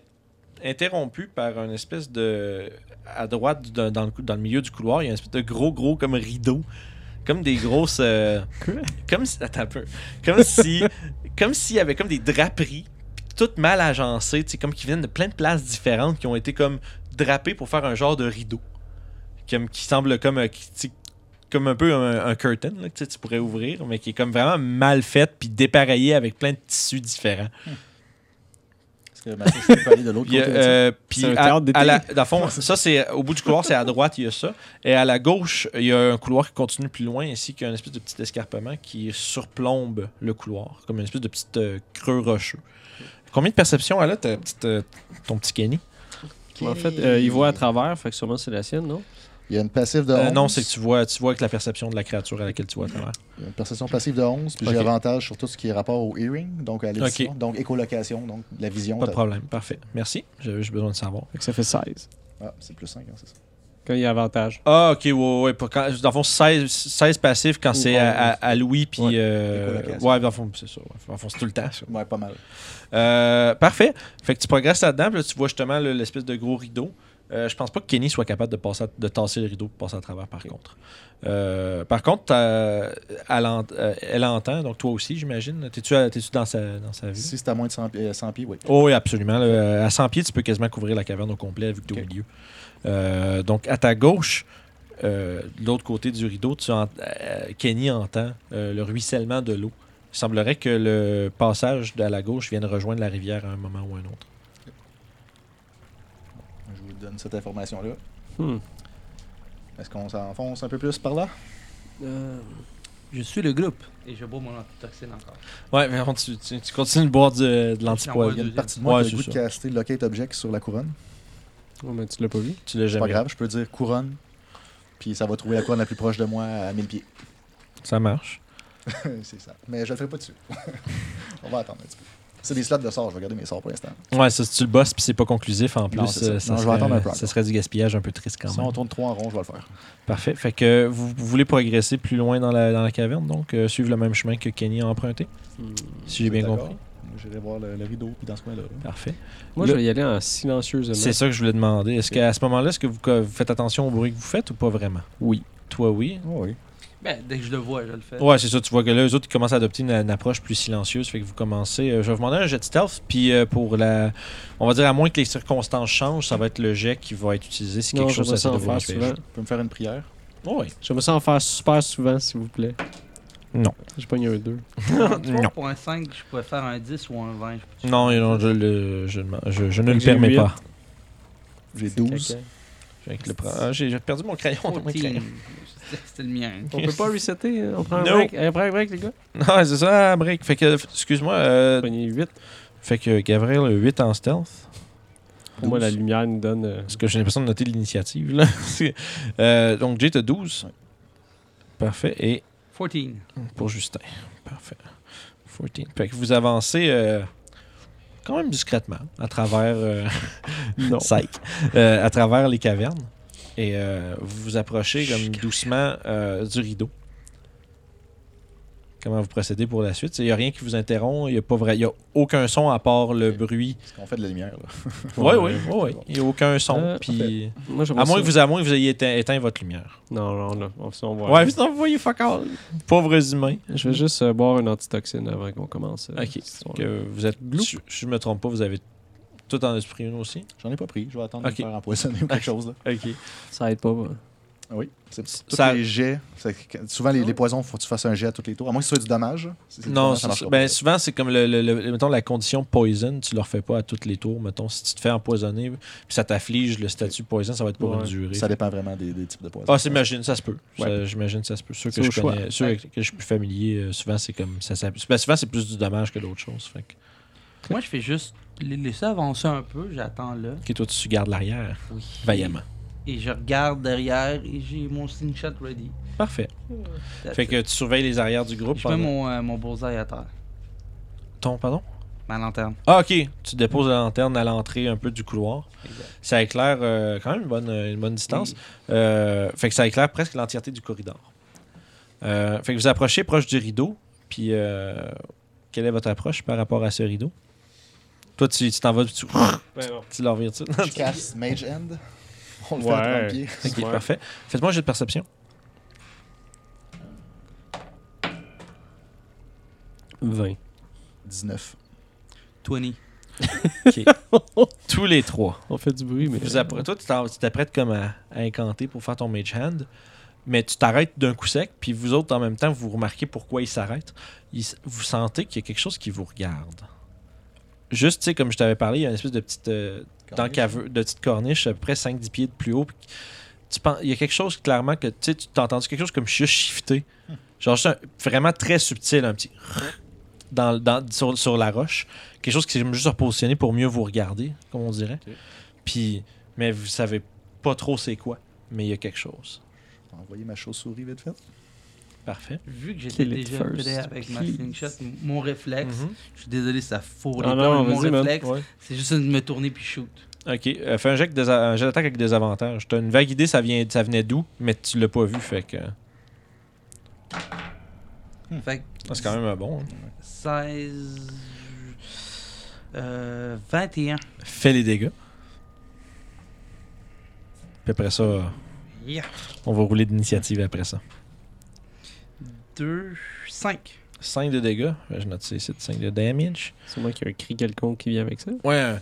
A: interrompu par une espèce de... À droite, du- dans, dans le, cou- dans le milieu du couloir, il y a une espèce de gros, gros comme rideau, comme des grosses... euh,
B: Quoi?
A: comme si... Attends un peu. Comme si... comme s'il y avait comme des draperies, puis toutes mal agencées, tu sais, comme qui viennent de plein de places différentes, qui ont été comme drapé pour faire un genre de rideau comme, qui semble comme euh, qui- tu sais, comme un peu un, un curtain là, que tu sais, tu pourrais ouvrir mais qui est comme vraiment mal faite puis dépareillé avec plein de tissus différents
C: Parce que ma chauve-souris peut aller de l'autre
A: puis,
C: côté.
A: euh, puis
B: C'est un
A: à-
B: théâtre d'été.
A: à la- dans le fond ça c'est au bout du couloir c'est à droite il y a ça et à la gauche il y a un couloir qui continue plus loin ainsi qu'un espèce de petit escarpement qui surplombe le couloir comme une espèce de petit euh, creux rocheux combien de perceptions elle a ta petite, euh, ton petit Kenny
C: tu sais.
B: En fait, euh, il voit à travers, fait que sûrement c'est la sienne, non?
C: Il y a une passive de
A: Euh,
C: 11.
A: non c'est que tu vois tu vois avec la perception de la créature à laquelle tu vois à travers
C: Il y a Une perception passive de 11, puis j'ai
A: Ok.
C: avantage sur tout ce qui est rapport au hearing, donc à l'édition,
A: Ok.
C: donc écolocation, donc la vision.
A: Pas de
C: t'as-
A: problème, parfait. Merci, j'avais juste besoin de savoir.
B: Fait que ça fait 16.
C: Ah, c'est plus 5, c'est ça.
B: Quand il y a avantage.
A: Ah, ok, ouais, ouais. ouais, pour quand- dans le fond, 16, 16 passifs quand
C: Ou
A: c'est à, à, à Louis, puis.
C: Ouais,
A: euh,
C: écolocation.
A: ouais, dans le fond, c'est ça. ouais. Dans le fond, c'est tout le temps, ça.
C: Ouais, pas mal.
A: Euh, parfait. Fait que tu progresses là-dedans, puis là, tu vois justement le- l'espèce de gros rideau. Euh, je pense pas que Kenny soit capable de, passer à- de tasser le rideau pour passer à travers, par contre. Euh, par contre, t'as- elle, en- euh, elle entend, donc toi aussi, j'imagine. T'es-tu à- t'es-tu dans sa, dans sa vue?
C: Si c'est à moins de 100, pi- euh, 100 pieds, oui.
A: Oh oui, absolument. là. Euh, à 100 pieds, tu peux quasiment couvrir la caverne au complet vu que tu au
C: Ok.
A: milieu. Euh, donc, à ta gauche, euh, de l'autre côté du rideau, tu ent- euh, Kenny entend euh, le ruissellement de l'eau. Il semblerait que le passage de la gauche vienne rejoindre la rivière à un moment ou un autre.
C: Je vous donne cette information-là.
B: Hmm.
C: Est-ce qu'on s'enfonce un peu plus par là?
B: Euh.
D: Je suis le groupe et je bois mon antitoxine encore.
A: Ouais, mais bon, tu, tu- tu continues de boire du- de
D: bois
A: l'antipoison.
C: Il y a une
D: deuxième.
C: partie de moi
A: Ouais,
C: qui
A: c'est
C: a le goût de
A: ça.
C: caster Locate Object sur la couronne.
B: Oh, mais tu l'as pas vu?
A: Tu l'as
C: C'est
A: jamais.
C: pas grave, je peux dire couronne. Puis ça va trouver la couronne la plus proche de moi à 1000 pieds.
A: Ça marche.
C: c'est ça. Mais je le ferai pas dessus. On va attendre un petit peu. C'est des slots de sorts, je vais garder mes sorts pour l'instant.
A: Ouais, ça, si tu le bosses puis c'est pas conclusif en plus,
C: Non, c'est ça.
A: euh, ça,
C: Non, je vais
A: serait,
C: attendre un peu
A: ça
C: encore.
A: serait du gaspillage un peu triste quand
C: Si
A: même.
C: on tourne trois en rond, je vais le faire.
A: Parfait. Fait que vous, vous voulez progresser plus loin dans la, dans la caverne, donc euh, suivre le même chemin que Kenny a emprunté,
B: Hmm.
A: si j'ai bien
C: D'accord.
A: compris.
C: J'irai voir le, le rideau, puis dans ce coin-là. là.
A: Parfait.
B: Moi,
A: Le-
B: je vais y aller en silencieusement.
A: C'est ça que je voulais demander. Est-ce qu'à ce moment-là, est-ce que vous, co- vous faites attention au bruit que vous faites ou pas vraiment?
B: Oui.
A: Toi, Ah oui.
C: Oh oui.
D: Ben, dès que je le vois, je le fais.
A: Ouais, c'est ça. Tu vois que là, eux autres, ils commencent à adopter une, une approche plus silencieuse. Fait que vous commencez. euh, je vais vous demander un jet de stealth. Puis euh, pour la. On va dire, à moins que les circonstances changent, ça va être le jet qui va être utilisé si
B: Non,
A: quelque chose
B: j'aimerais
A: essaie
B: ça
A: de
B: en
A: vous
B: faire souvent.
A: empêcher.
C: Tu peux me faire une prière.
A: Oui.
B: J'aimerais ça en faire super souvent, s'il vous plaît.
A: Non.
B: J'ai pogné un 2.
D: Pour
A: Non.
D: un trois, Pour un 5, je pourrais faire un 10 ou un 20. je-
A: Non, non, je, le- je, je- je ne
B: Fait
A: le
B: que j'ai
A: permets
B: huit.
A: pas.
C: J'ai 12.
A: Je vais avec le pre- Ah, J'ai j'ai perdu mon crayon. dans mon crayon.
D: 14. C'était le mien.
B: On peut pas resetter? hein? On prend un
A: No.
B: break? Un break, break, les gars?
A: Non, c'est ça, break. Fait que, f- excuse-moi. euh,
B: Pogné 8.
A: fait que Gabriel, le 8 en stealth.
B: Pour moi, la lumière nous donne... euh,
A: Parce que j'ai l'impression de noter l'initiative. là. C'est- euh, donc, Jay, t'as 12. Parfait. Et
D: 14.
A: pour Justin. Parfait. 14. Fait que vous avancez euh, quand même discrètement à travers. euh,
B: Non.
A: Psych. Euh, à travers les cavernes. Et euh, vous vous approchez comme doucement euh, du rideau. Comment vous procédez pour la suite? Il n'y a rien qui vous interrompt, il n'y a, pas vrai- il y a aucun son à part le bruit.
C: Parce qu'on fait de la lumière. Là.
A: Oui, oui, oui. Il n'y a aucun son.
B: Euh,
A: puis...
B: Moi, j'aimerais
A: À moins,
B: ça-
A: que vous, à moins que vous ayez éteint, éteint votre lumière.
B: Non, non, non. On, on va...
A: Ouais, sinon vous voyez fuck all. Pauvres humains.
B: Je vais juste euh, boire une antitoxine avant qu'on commence. euh,
A: Ok.
B: cette histoire-là.
A: Que vous êtes.
B: Gloup.
A: Si je ne me trompe pas, vous avez tout en esprit une aussi.
C: J'en ai pas pris. Je vais attendre
A: Ok. Ah.
C: de me faire empoisonner ou quelque chose. Là.
A: Ok.
B: Ça aide pas. bah.
C: Ah Oui. C'est
A: Ça- Ah.
C: tous les jets. c'est que- Souvent, les, les poisons, faut que tu fasses un jet à tous les tours. À moins que ce soit du dommage. C'est- c'est-
A: Non,
C: ça marche
A: c'est-
C: pas.
A: ben, souvent, c'est comme le, le- le- mettons, la condition poison, tu le refais pas à tous les tours. Mettons, si tu te fais empoisonner, puis ça t'afflige le statut poison, ça va être pour
B: Ouais.
A: une durée.
C: Ça dépend vraiment des, des types de poisons.
A: Ah, c'est- j'imagine, ça se peut. Ça,
B: Ouais.
A: J'imagine, ça se peut. Ceux
B: C'est
A: que
B: au
A: je
B: choix.
A: connais, ceux avec que je suis plus familier, euh, souvent, c'est comme ça. s'app- ben, souvent, c'est plus du dommage que d'autres choses. Fait que,
D: Moi, je fais juste les laisser avancer un peu. J'attends là.
A: Ok, toi, tu gardes l'arrière
D: Oui.
A: vaillamment.
D: Et je regarde derrière et j'ai mon sling shot ready.
A: Parfait.
D: That's
A: Fait
D: it.
A: que tu surveilles les arrières du groupe.
D: Je mets
A: pendant-
D: mon, euh, mon bullseye à terre.
A: Ton, pardon?
D: Ma lanterne.
A: Ah, ok. Tu déposes la lanterne à l'entrée un peu du couloir.
D: Exact.
A: Ça éclaire euh, quand même une bonne, une bonne distance. Euh, fait que ça éclaire presque l'entièreté du corridor. Euh, fait que vous approchez proche du rideau. Puis, euh, quelle est votre approche par rapport à ce rideau? Toi, tu tu t'en vas, tu, tu leur vires dessus.
C: Je casse Mage End. On le fait à
B: Ouais.
C: 30 pieds.
A: Ok,
B: Ouais.
A: parfait. Faites-moi un jeu de perception.
B: 20.
C: 19.
D: 20.
A: Tous les trois.
B: On fait du bruit, mais. euh,
A: Vous appre- toi, tu t'en- tu t'apprêtes comme à, à incanter pour faire ton mage hand, mais tu t'arrêtes d'un coup sec, puis vous autres, en même temps, vous remarquez pourquoi il s'arrête. Il s- vous sentez qu'il y a quelque chose qui vous regarde. Juste, tu sais, comme je t'avais parlé, il y a une espèce de petite, euh, d'encaveux- de petite corniche, à peu près 5-10 pieds de plus haut. puis tu penses- il y a quelque chose, clairement, que tu sais, tu t'as entendu quelque chose comme juste shifter. Genre, juste un- vraiment très subtil, un petit... Dans, dans- sur, sur la roche. Quelque chose qui s'est juste repositionné pour mieux vous regarder, comme on dirait. Puis, mais vous savez pas trop c'est quoi, mais il y a quelque chose.
C: Je vais envoyer ma chauve-souris vite fait.
A: Parfait.
D: Vu que j'étais
B: Kill it
D: déjà
B: first,
D: prêt avec ma
B: please.
D: sling shot, m- mon réflexe,
A: Mm-hmm. Mhm.
D: je suis désolé, ça fourre
B: Ah
D: les
B: non,
D: plans, mais mon
B: vas-y, man.
D: réflexe,
A: Ouais.
D: c'est juste de me tourner puis shoot.
A: Ok, euh, fais un jet, avec des a- un jet d'attaque avec des avantages. T'as une vague idée, ça, vient, ça venait d'où, mais tu l'as pas vu, fait que euh,
D: Fait que
A: c'est quand même un bon. hein.
D: 16. euh, 21.
A: Fais les dégâts. Puis après ça, euh,
D: Yeah.
A: on va rouler d'initiative après ça.
D: 2. 5.
A: 5 de dégâts. Euh, Je note ici 5 de damage.
B: C'est moi qui ai un cri quelconque qui vient avec ça.
A: Ouais. Un...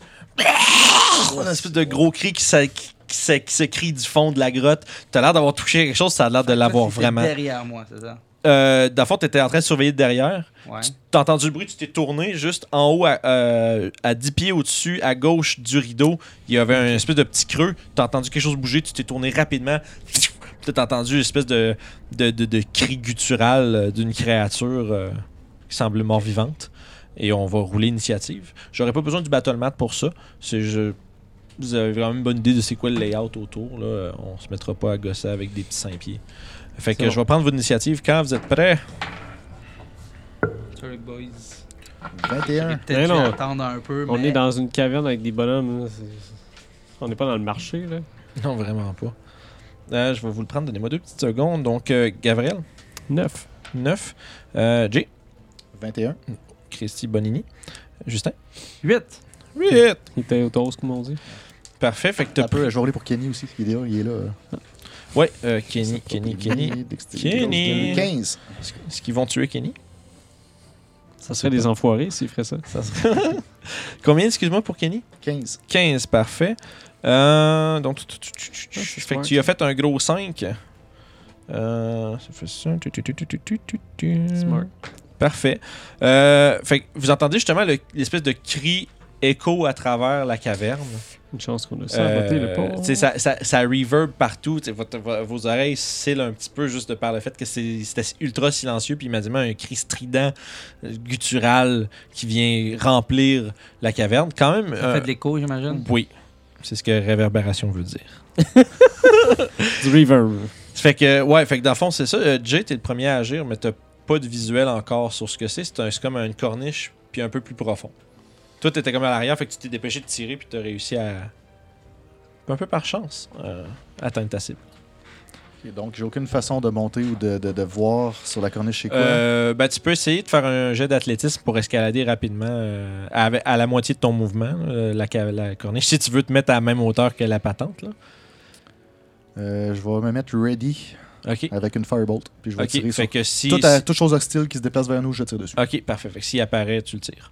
A: un espèce de gros cri qui s'é- qui s'é- qui s'écrit du fond de la grotte. T'as l'air d'avoir touché quelque chose, ça a l'air de l'avoir vraiment.
D: derrière moi, c'est ça?
A: Euh, dans le fond, t'étais en train de surveiller de derrière.
D: Ouais.
A: T'as entendu le bruit, tu t'es tourné juste en haut, à, euh, à 10 pieds au-dessus, à gauche du rideau. Il y avait un espèce de petit creux. T'as entendu quelque chose bouger, tu t'es tourné rapidement. peut-être entendu une espèce de, de, de- de cri guttural euh, d'une créature euh, qui semble mort-vivante. Et on va rouler initiative. J'aurais pas besoin du battle mat pour ça. C'est je- Vous avez vraiment une bonne idée de c'est quoi le layout autour. Là. Euh, On se mettra pas à gosser avec des petits cinq pieds. Fait que
B: C'est bon.
A: je vais prendre votre initiative quand vous êtes prêts.
D: Sorry, boys.
C: 21.
D: Peut-être
B: non.
D: dû attendre un peu,
B: On
D: mais
B: est dans une caverne avec des bonhommes. là, c'est- On n'est pas dans le marché, là.
A: Non, vraiment pas. Euh, je vais vous le prendre. Donnez-moi deux petites secondes. Donc, euh, Gabriel,
B: 9.
A: 9. Euh, Jay,
C: 21.
A: Christy Bonini. Justin,
D: 8.
A: 8.
B: Il était au toast, comme on dit.
A: Parfait. Fait que t'as
C: T'as peu, je vais rouler pour Kenny aussi. Il est là. Il est là. euh,
A: Ouais, euh, Kenny, Kenny, Kenny.
C: dextérité,
A: Kenny.
C: 15.
A: Est-ce que- est-ce qu'ils vont tuer Kenny
B: Ça serait des enfoirés s'ils feraient ça.
A: Combien, excuse-moi, pour Kenny
C: 15.
A: 15, parfait. Euh, donc, tu- tu- tu- tu- tu-
B: Ah,
A: fait
B: c'est
A: que
B: smart,
A: tu as fait un gros 5. Euh, ça fait ça. Tu- tu- tu- tu- tu- tu- tu- tu.
B: Smart.
A: Parfait. Euh, fait que vous entendez justement le- l'espèce de cri écho à travers la caverne.
B: Une chance qu'on a
A: Euh,
B: saboté le hein. pont.
A: tu sais, ça, ça, ça reverb partout. tu sais, votre- vo- vos oreilles scellent un petit peu juste de par le fait que c'est- c'était ultra silencieux. Puis immédiatement, un cri strident, euh, guttural, qui vient remplir la caverne. Quand même.
D: Ça
A: euh,
D: fait de l'écho, j'imagine.
A: oui. C'est ce que réverbération veut dire.
B: Du reverb.
A: Fait que, ouais, fait que dans le fond, c'est ça. Euh, Jay, t'es le premier à agir, mais t'as pas de visuel encore sur ce que c'est. C'est un- c'est comme une corniche, puis un peu plus profond. Toi, t'étais comme à l'arrière, fait que tu t'es dépêché de tirer, puis t'as réussi à. Un peu par chance, euh, atteindre ta cible.
C: Ok, donc, j'ai aucune façon de monter ou de, de, de voir sur la corniche chez quoi.
A: Euh, ben, tu peux essayer de faire un jet d'athlétisme pour escalader rapidement euh, avec- à, la moitié de ton mouvement, là, la, ca- la corniche, si tu veux te mettre à la même hauteur que la patente. Là.
C: Euh, je vais me mettre ready
A: OK.
C: avec une firebolt. Puis Ah, je vais
A: OK.
C: tirer sur
A: Fait que Ah, si,
C: toute, à- toute chose hostile qui se déplace vers nous, je tire dessus.
A: OK, parfait. Fait que s'il apparaît, tu le tires.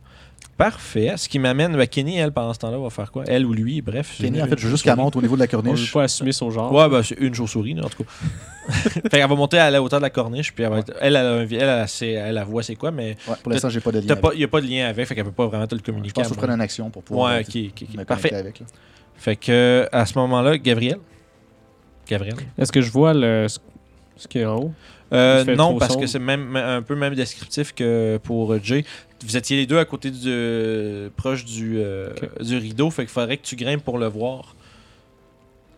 A: Parfait. Ce qui m'amène à Kenny, elle, pendant ce temps-là, va faire quoi? Elle ou lui, bref.
C: Kenny,
A: une-
C: en fait, je veux juste qu'elle monte au niveau de la
B: On veut
C: corniche.
B: pas assumer son genre.
A: Ouais, ben, c'est une chauve-souris, là, en tout cas. fait qu'elle va monter à la hauteur de la corniche, puis elle, va être- elle, elle, a un vi- elle, elle, c'est- elle, elle voit c'est quoi, mais
C: Ouais, pour l'instant, j'ai pas de lien.
A: il
C: avec.
A: n'y a pas de lien avec, fait qu'elle peut pas vraiment te le
C: Je
A: communiquer.
C: pense
A: à
C: que je
A: mon-
C: prendre une action pour pouvoir
A: Ouais,
C: euh,
A: ok, ok,
C: me
A: ok.
C: connecter
A: Parfait.
C: avec. là.
A: Fait que euh, à ce moment-là, Gabriel. Gabriel.
B: Est-ce que je vois le... ce- ce qu'il y a en haut?
A: Euh,
B: Il fait
A: non,
B: trop
A: parce
B: sombre.
A: que c'est même un peu même descriptif que pour euh, Jay. Vous étiez les deux à côté du proche du, euh,
B: Ok.
A: du rideau, fait qu'il faudrait que tu grimpes pour le voir.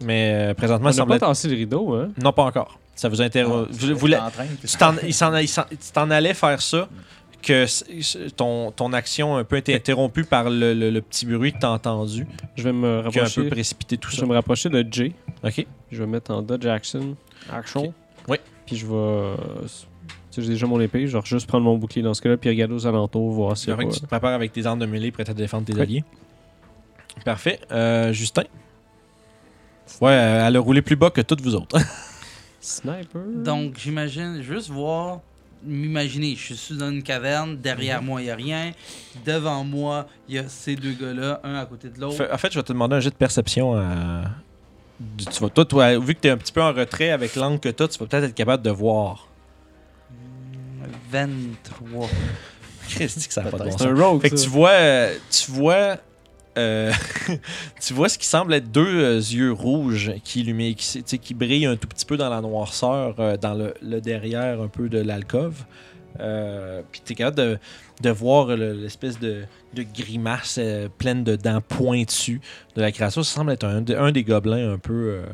A: Mais euh, présentement,
B: On
A: il
B: n'a
A: semble
B: pas
A: être-
B: tassé le rideau, hein?
A: non pas encore. Ça vous
C: Ah,
A: interroge.
C: je
A: Euh, vous, vous
C: suis
A: la-
C: en train, puis-
A: tu t'en- il s'en a- il s'en- tu t'en allais faire ça que c- c- ton, ton action a un peu été interrompue par le, le- le petit bruit que t'as entendu,
B: Je vais me
A: qui a un peu
B: rapprocher.
A: précipité tout
B: Je
A: ça.
B: vais me rapprocher de Jay.
A: Ok.
B: Je vais me mettre en dodge action. Action.
A: Ok. Oui.
B: Puis je vais. euh, s- tu sais, j'ai déjà mon épée. Genre, juste prendre mon bouclier dans ce cas-là. Puis regarder aux alentours, voir si.
A: C'est vrai que tu te prépares avec tes armes de mêlée prêtes à défendre tes
B: Oui.
A: alliés. Parfait. Euh, Justin. Ouais, euh, elle a roulé plus bas que toutes vous autres.
B: Sniper.
D: Donc, j'imagine, juste voir, m'imaginer, je suis dans une caverne, derrière moi, il n'y a rien. Devant moi, il y a ces deux gars-là, un à côté de l'autre.
A: Fait- en fait, je vais te demander un jet de perception. à- du- Tu vas, toi, toi, vu que tu es un petit peu en retrait avec l'angle que tu tu vas peut-être être capable de voir.
D: Hmm, 23.
A: Christ, que ça n'a pas de bon
C: Peut-être.
A: sens.
B: C'est un rogue.
A: Fait que
B: ça.
A: tu vois, euh, tu vois, euh, tu vois ce qui semble être deux euh, yeux rouges qui illuminent, qui, s- tu sais, qui brillent un tout petit peu dans la noirceur, euh, dans le, le derrière un peu de l'alcôve. Euh, Puis t'es capable de, de voir le- l'espèce de, de grimace euh, pleine de dents pointues de la créature. Ça semble être un, de- un des gobelins un peu. euh,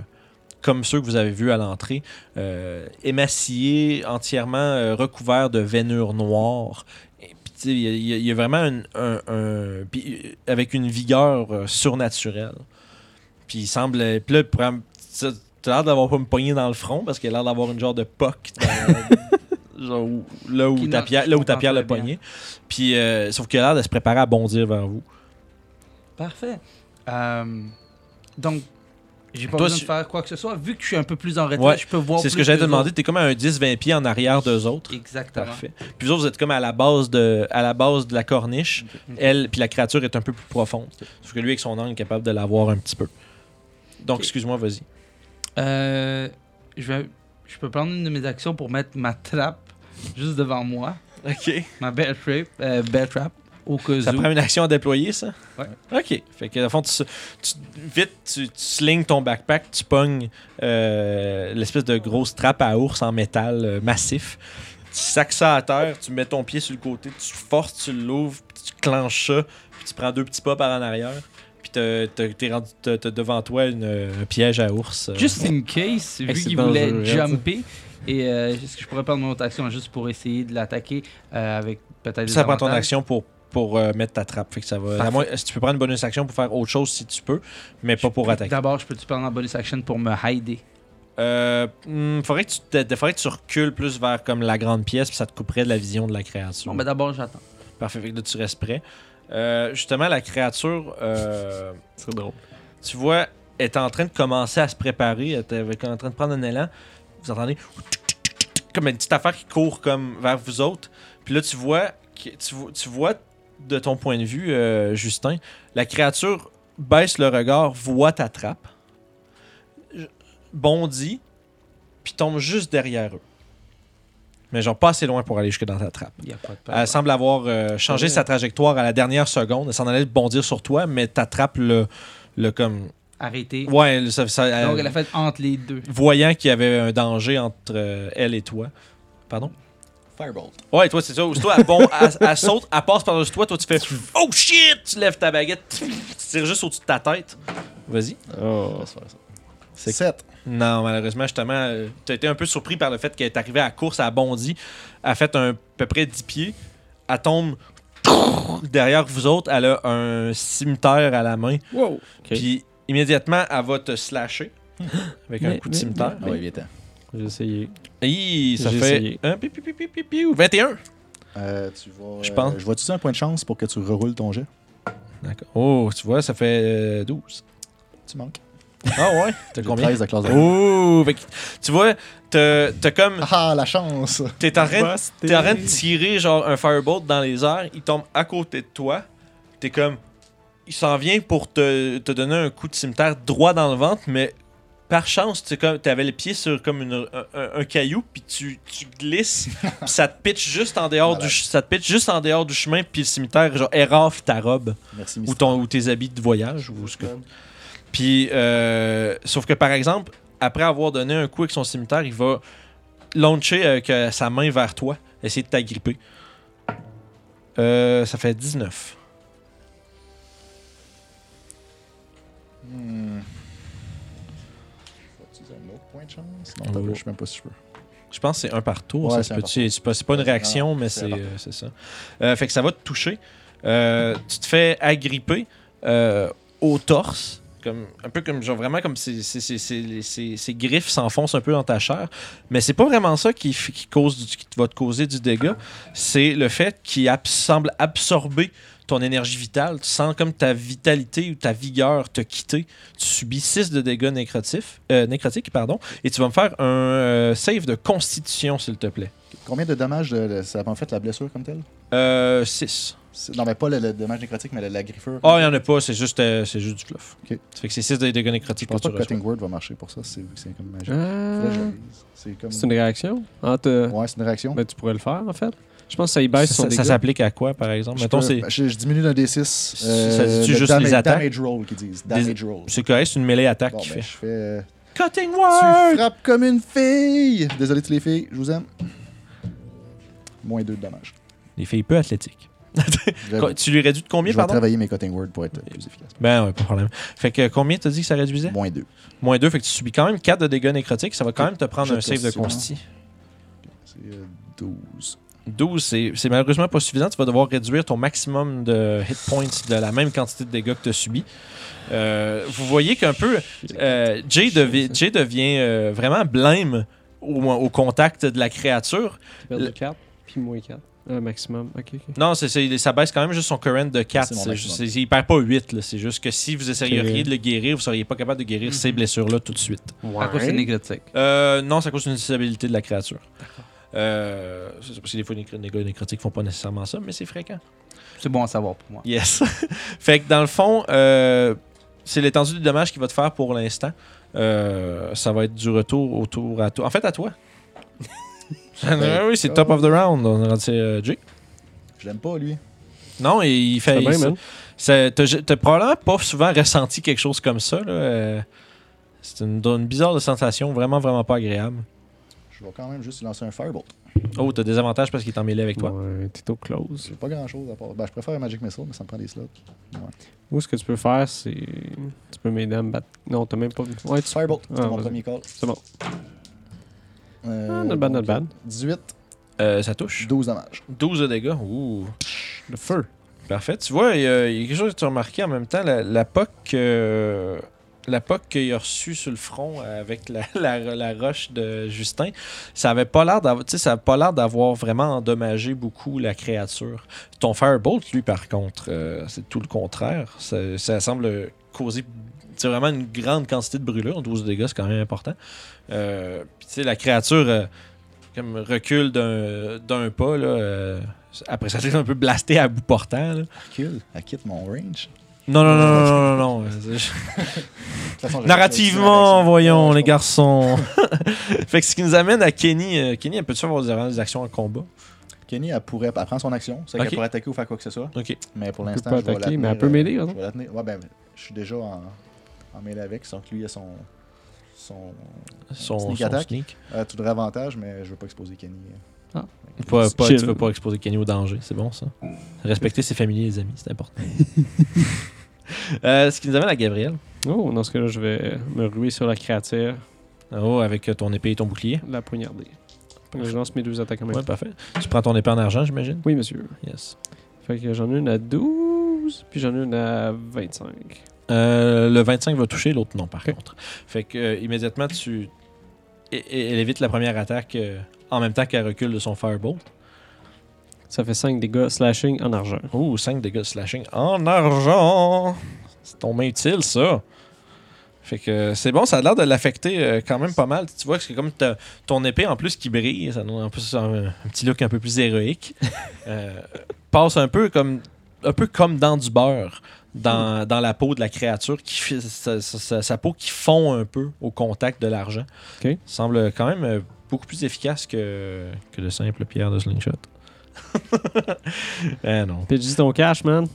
A: comme ceux que vous avez vus à l'entrée, euh, émaciés, entièrement euh, recouverts de veinures noires, et puis, tu sais, il y, a- il y a- il y a vraiment un, un- un- puis, euh, avec une vigueur euh, surnaturelle. Puis il semble. euh, Puis là, probablement- ça- t'as l'air d'avoir pas me poigner dans le front parce qu'il a l'air d'avoir une genre de poque. dans- genre où- là où
D: Qui
A: ta
D: n'a-
A: pierre,
D: je
A: là où
D: comprends
A: ta pierre
D: très
A: le poignet. Puis euh, sauf qu'il a l'air de se préparer à bondir vers vous.
D: Parfait. Euh, donc, j'ai pas
A: Toi,
D: besoin de
A: tu-
D: faire quoi que ce soit. Vu que je suis un peu plus en retrait,
A: Ouais,
D: je peux voir
A: C'est ce
D: plus
A: que j'allais te
D: qu'eux
A: demander.
D: autres.
A: T'es comme à un 10-20 pieds en arrière d'eux autres.
D: Exactement.
A: Parfait. Puis vous autres, vous êtes comme à la base de, à la base de la corniche.
D: Ok.
A: Elle, puis la créature est un peu plus profonde. Sauf que lui, avec son angle, est capable de la voir un petit peu. Donc,
D: Ok.
A: excuse-moi, vas-y.
D: Euh, je, vais, je peux prendre une de mes actions pour mettre ma trappe juste devant moi.
A: OK.
D: Ma belle trap. euh, bear trap. au cas
A: Ça
D: où.
A: prend une action à déployer, ça?
D: Ouais.
A: OK. Fait que, dans le fond, tu, se- tu- vite, tu, tu slingues ton backpack, tu pognes euh, l'espèce de grosse trappe à ours en métal euh, massif. Tu sacs ça à terre, tu mets ton pied sur le côté, tu forces, tu l'ouvres, puis tu clenches ça, puis tu prends deux petits pas par en arrière, puis t'as- t'as- t'es rendu- t'as- t'as devant toi une, euh, un piège à ours. euh.
D: Just in case, vu
B: Hey, c'est
D: qu'il voulait
B: dangereux, regarde
D: jumper, et euh, est-ce que je pourrais prendre mon action juste pour essayer de l'attaquer euh, avec peut-être des
A: Ça prend ton
D: avantages?
A: action pour, pour euh, mettre ta trappe. Fait que ça va.
D: Parfait.
A: à moins- si tu peux prendre une bonus action pour faire autre chose si tu peux, mais pas pour attaquer.
D: D'abord, je peux-tu prendre en bonus action pour me hider?
A: Euh, hmm, faudrait, que tu te- faudrait que tu recules plus vers comme la grande pièce, puis ça te couperait de la vision de la créature.
D: Bon, ben d'abord, j'attends.
A: Parfait, fait que là, tu restes prêt. Euh, justement, la créature, euh,
B: C'est drôle.
A: tu vois, elle est en train de commencer à se préparer, elle était avec- en train de prendre un élan. Vous entendez comme une petite affaire qui court comme vers vous autres. Puis là, tu vois, que- tu, vois- tu vois de ton point de vue, euh, Justin, la créature baisse le regard, voit ta trappe, j- bondit, puis tombe juste derrière eux. Mais genre pas assez loin pour aller jusque dans ta trappe.
D: Il n'y a pas de peur.
A: Elle semble avoir euh, changé
B: Ouais.
A: sa trajectoire à la dernière seconde. Elle s'en allait bondir sur toi, mais t'attrapes le, le comme.
D: Arrêtez.
A: Ouais, elle- ça- ça- elle-
D: Donc, elle a fait entre les deux.
A: voyant qu'il y avait un danger entre euh, elle et toi. Pardon?
C: Firebolt.
A: Ouais, toi, c'est ça. Aussitôt, elle, bon, elle, elle saute, elle passe par-dessus toi. Toi, tu fais Oh shit! Tu lèves ta baguette, tu tires juste au-dessus de ta tête. Vas-y.
B: Oh.
C: On va se faire ça.
A: C'est-
C: 7.
A: Non, malheureusement, justement, tu as été un peu surpris par le fait qu'elle est arrivée à la course, elle a bondi, elle a fait un, à peu près 10 pieds, elle tombe derrière vous autres, elle a un cimetière à la main,
B: Wow.
A: puis immédiatement, elle va te slasher avec un
B: Mais-
A: coup de
B: mais-
A: cimetière.
C: Ah ouais, il est
B: J'ai essayé.
A: Hi, ça
B: J'ai
A: fait
B: essayé.
A: un pi- pi- pi- pi- pi- piou, 21.
C: euh, Tu vois.
A: Je pense.
C: Je vois-tu un point de chance pour que tu reroules ton jet
A: D'accord. Oh, tu vois, ça fait euh, 12.
C: Tu manques.
A: Ah ouais? T'as
C: J'ai
A: combien?
C: 13 de classe de-
A: Oh, fait que tu vois, t'as t'as comme.
C: Ah, la chance
A: T'es en train de T'es en train de tirer genre un firebolt dans les airs, il tombe à côté de toi, t'es comme. Il s'en vient pour te, te donner un coup de cimetière droit dans le ventre, mais par chance, tu comme t'avais le pied sur comme une- un, un- un caillou, puis tu, tu glisses, puis ça te pitche juste en dehors du
C: Malade.
A: ch- ça te pitche juste en dehors du chemin, puis le cimetière genre érafle ta robe
C: Merci,
A: ou
C: Mr.
A: ton ou tes habits de voyage ou ce que. Puis euh, sauf que par exemple, après avoir donné un coup avec son cimetière, il va launcher avec euh, sa main vers toi, essayer de t'agripper. Euh, ça fait 19.
C: Hmm. Faut-tu un autre point de chance? Non,
A: Oh.
C: t'as vu, je sais même pas si je peux.
A: Je pense que c'est un par tour.
C: Ouais,
A: ça
C: c'est
A: se
C: un
A: peut-
C: par
A: c'est c'est pas, c'est pas une réaction,
C: Non,
A: mais
C: c'est un
A: c'est
C: par
A: euh, c'est ça. Euh, fait que ça va te toucher. Euh, tu te fais agripper euh, au torse. Comme, un peu comme genre vraiment comme ses, ses- ses- ses- ses- ses griffes s'enfoncent un peu dans ta chair mais c'est pas vraiment ça qui, f- qui cause du- qui va te causer du dégât c'est le fait qu'il abs- semble absorber ton énergie vitale tu sens comme ta vitalité ou ta vigueur te quitter tu subis 6 de dégâts nécrotifs- euh, nécrotiques pardon et tu vas me faire un euh, save de constitution, s'il te plaît.
C: Combien de dommages de, de- ça en fait la blessure comme telle?
A: 6.
C: C'est- Non, mais pas le, le dommage nécrotique, mais la, la griffure.
A: Euh, Ah, il n'y en a pas, c'est juste, euh, c'est juste du fluff.
C: Ok.
A: Ça fait que c'est 6 de dégâts
C: je
A: nécrotiques que
C: pense
A: tu
C: pas que
A: reçois.
C: Cutting Word va marcher pour ça, c'est vu que c'est comme magique. Faudrait que je
B: Ah.
A: Euh.
C: lise. C'est comme.
B: C'est une réaction? Ah, t'as-
C: Ouais, c'est une réaction.
B: ben, tu pourrais le faire, en fait. Je pense que ça y baisse
A: Ça-
B: son
A: Ça, ça
B: dégât.
A: s'applique à quoi, par exemple?
C: Je
A: Mettons,
C: peux-
A: c'est
C: ben, je, je diminue d'un D6.
A: Ça dit-tu
C: le
A: juste
C: damage,
A: les attaques?
C: Damage roll qu'ils disent. Damage roll.
A: c'est correct, c'est une mêlée attaque
C: Bon,
A: qui
C: ben,
A: fait.
C: je fais. euh,
A: Cutting
C: Tu
A: Word!
C: frappes comme une fille! Désolé, toutes les filles, je vous aime. Moins 2 de dommages.
A: Les filles peu athlétiques.
C: J'avoue.
A: Co- tu lui réduis de combien,
C: Ben, je vais
A: pardon?
C: travailler mes cutting words pour être plus efficace.
A: Ben, ouais, pas de problème. Fait que euh, combien t'as dit que ça réduisait?
C: Moins 2.
A: Moins 2, fait que tu subis quand même 4 de dégâts nécrotiques. Ça va quand même te prendre
C: Je
A: un save de
C: constitution.
A: consti.
C: C'est euh, 12.
A: 12, c'est c'est malheureusement pas suffisant. Tu vas devoir réduire ton maximum de hit points de la même quantité de dégâts que tu as subi. Euh, vous voyez qu'un peu, euh, Jay, devi- Jay devient euh, vraiment blême au, au contact de la créature.
B: Perdre
A: Le-
B: 4, puis moins 4. Un maximum. Ok, ok.
A: Non, c'est c'est- ça baisse quand même juste son current de 4.
C: C'est mon
A: C'est
C: maximum.
A: juste- il perd pas 8. là. C'est juste que si vous essayeriez
B: Ok.
A: de le guérir, vous seriez pas capable de guérir ces
C: Mm-hmm.
D: Mhm.
A: blessures-là tout de suite.
D: À cause c'est nécrotique.
A: Euh, non, c'est à cause d'une disabilité de la créature. Euh, c'est parce que des fois, les dégâts nécrotiques font pas nécessairement ça, mais c'est fréquent.
D: C'est bon à savoir pour moi.
A: Yes. fait que dans le fond, euh, c'est l'étendue du dommage qu'il va te faire pour l'instant. Euh, ça va être du retour autour à toi. En fait, à toi. Ah oui, c'est top of the round. On a rendu euh, Jay.
C: Je l'aime pas, lui.
A: Non, et il fait.
B: C'est bien,
A: il-
B: man.
A: ça- T'as t'as probablement pas souvent ressenti quelque chose comme ça. là, euh, c'est une, une bizarre de sensation, vraiment, vraiment pas agréable.
C: Je vais quand même juste lancer un Firebolt.
A: Oh, t'as des avantages parce qu'il est emmêlé avec toi.
B: Ouais, t'es au close.
C: J'ai pas grand chose à part. Ben, je préfère un Magic Missile, mais ça me prend des slots.
B: Moi, ce que tu peux faire, c'est. Tu peux m'aider à me battre. Non, t'as même pas. Ouais, tu...
C: Firebolt, c'est
B: Ah,
C: mon
B: vas-y.
C: premier call.
B: C'est bon.
C: Euh,
B: Ah, not bad, not
C: donc,
B: bad.
C: 18,
A: Euh, ça touche.
C: 12 dommages.
A: 12 de dégâts. Ouh.
B: Le feu.
A: Parfait. Tu vois, il y, a il y a quelque chose que tu as remarqué en même temps. La, la POC. euh, la POC qu'il a reçue sur le front euh, avec la, la- la roche de Justin, ça avait pas l'air d'avoir, tu sais, ça avait pas l'air d'avoir vraiment endommagé beaucoup la créature. Ton Firebolt, lui, par contre, euh, c'est tout le contraire. Ça, ça semble causer tu sais, vraiment une grande quantité de brûlure. 12 dégâts, c'est quand même important. Euh, Puis, tu sais, la créature euh, comme recule d'un d'un pas, là, euh, après ça, c'est un peu blasté à bout portant. là.
C: Kill. Elle quitte mon range.
A: Non, non, non, non, non, non, non. Euh, je-
C: De toute façon, j'avais
A: Narrativement,
C: fait la réaction.
A: voyons,
C: Ouais,
A: les
C: je comprends.
A: garçons. fait que ce qui nous amène à Kenny. euh, Kenny, elle peut-tu avoir des des actions en combat
C: Kenny, elle pourrait elle prend son action. C'est
A: Ok.
C: qu'elle pourrait attaquer ou faire quoi que ce soit.
A: Ok.
C: Mais pour
B: Elle peut
C: l'instant,
B: pas
C: je vais la
B: attaquer,
C: tenir,
B: mais elle peut m'aider,
C: euh,
B: hein?
C: Je vais la tenir. Ouais, ben, je suis déjà en, en mêlée avec, sans que lui ait son. son
A: Son
C: Sneak
A: son
C: attack.
A: sneak.
C: euh, tout le avantage, mais je veux pas exposer Kenny.
B: Ah.
A: Pas- pas-
B: Chill.
A: tu veux pas exposer Kenny au danger, c'est bon ça. Respecter ses familles et les amis, c'est important. Euh, ce qui nous amène à Gabriel.
B: Oh, dans ce cas-là, je vais me ruer sur la créature,
A: Oh, avec euh, ton épée et ton bouclier.
B: la poignarder. Je lance mes deux attaques en même
A: Ouais,
B: temps.
A: parfait. Tu prends ton épée en argent, j'imagine
B: Oui, monsieur.
A: Yes.
B: Fait que j'en ai une à 12, puis j'en ai une à 25.
A: Euh, le 25 va toucher, l'autre non, par
B: Ok.
A: contre. Fait que euh, immédiatement, tu. et- et- Elle évite la première attaque euh, en même temps qu'elle recule de son Firebolt.
B: Ça fait 5 dégâts slashing en argent.
A: Ouh, 5 dégâts de slashing en argent. C'est ton main utile, ça. Fait que c'est bon, ça a l'air de l'affecter euh, quand même pas mal. Tu vois que c'est comme ta- ton épée en plus qui brille, ça donne en plus un, un petit look un peu plus héroïque. Euh, passe un peu comme un peu comme dans du beurre dans, dans la peau de la créature qui fait- sa, sa- sa- sa peau qui fond un peu au contact de l'argent.
B: Ok.
A: Semble quand même euh, beaucoup plus efficace que, que le simple pierre de slingshot. eh non.
B: Pidgey ton cash, man.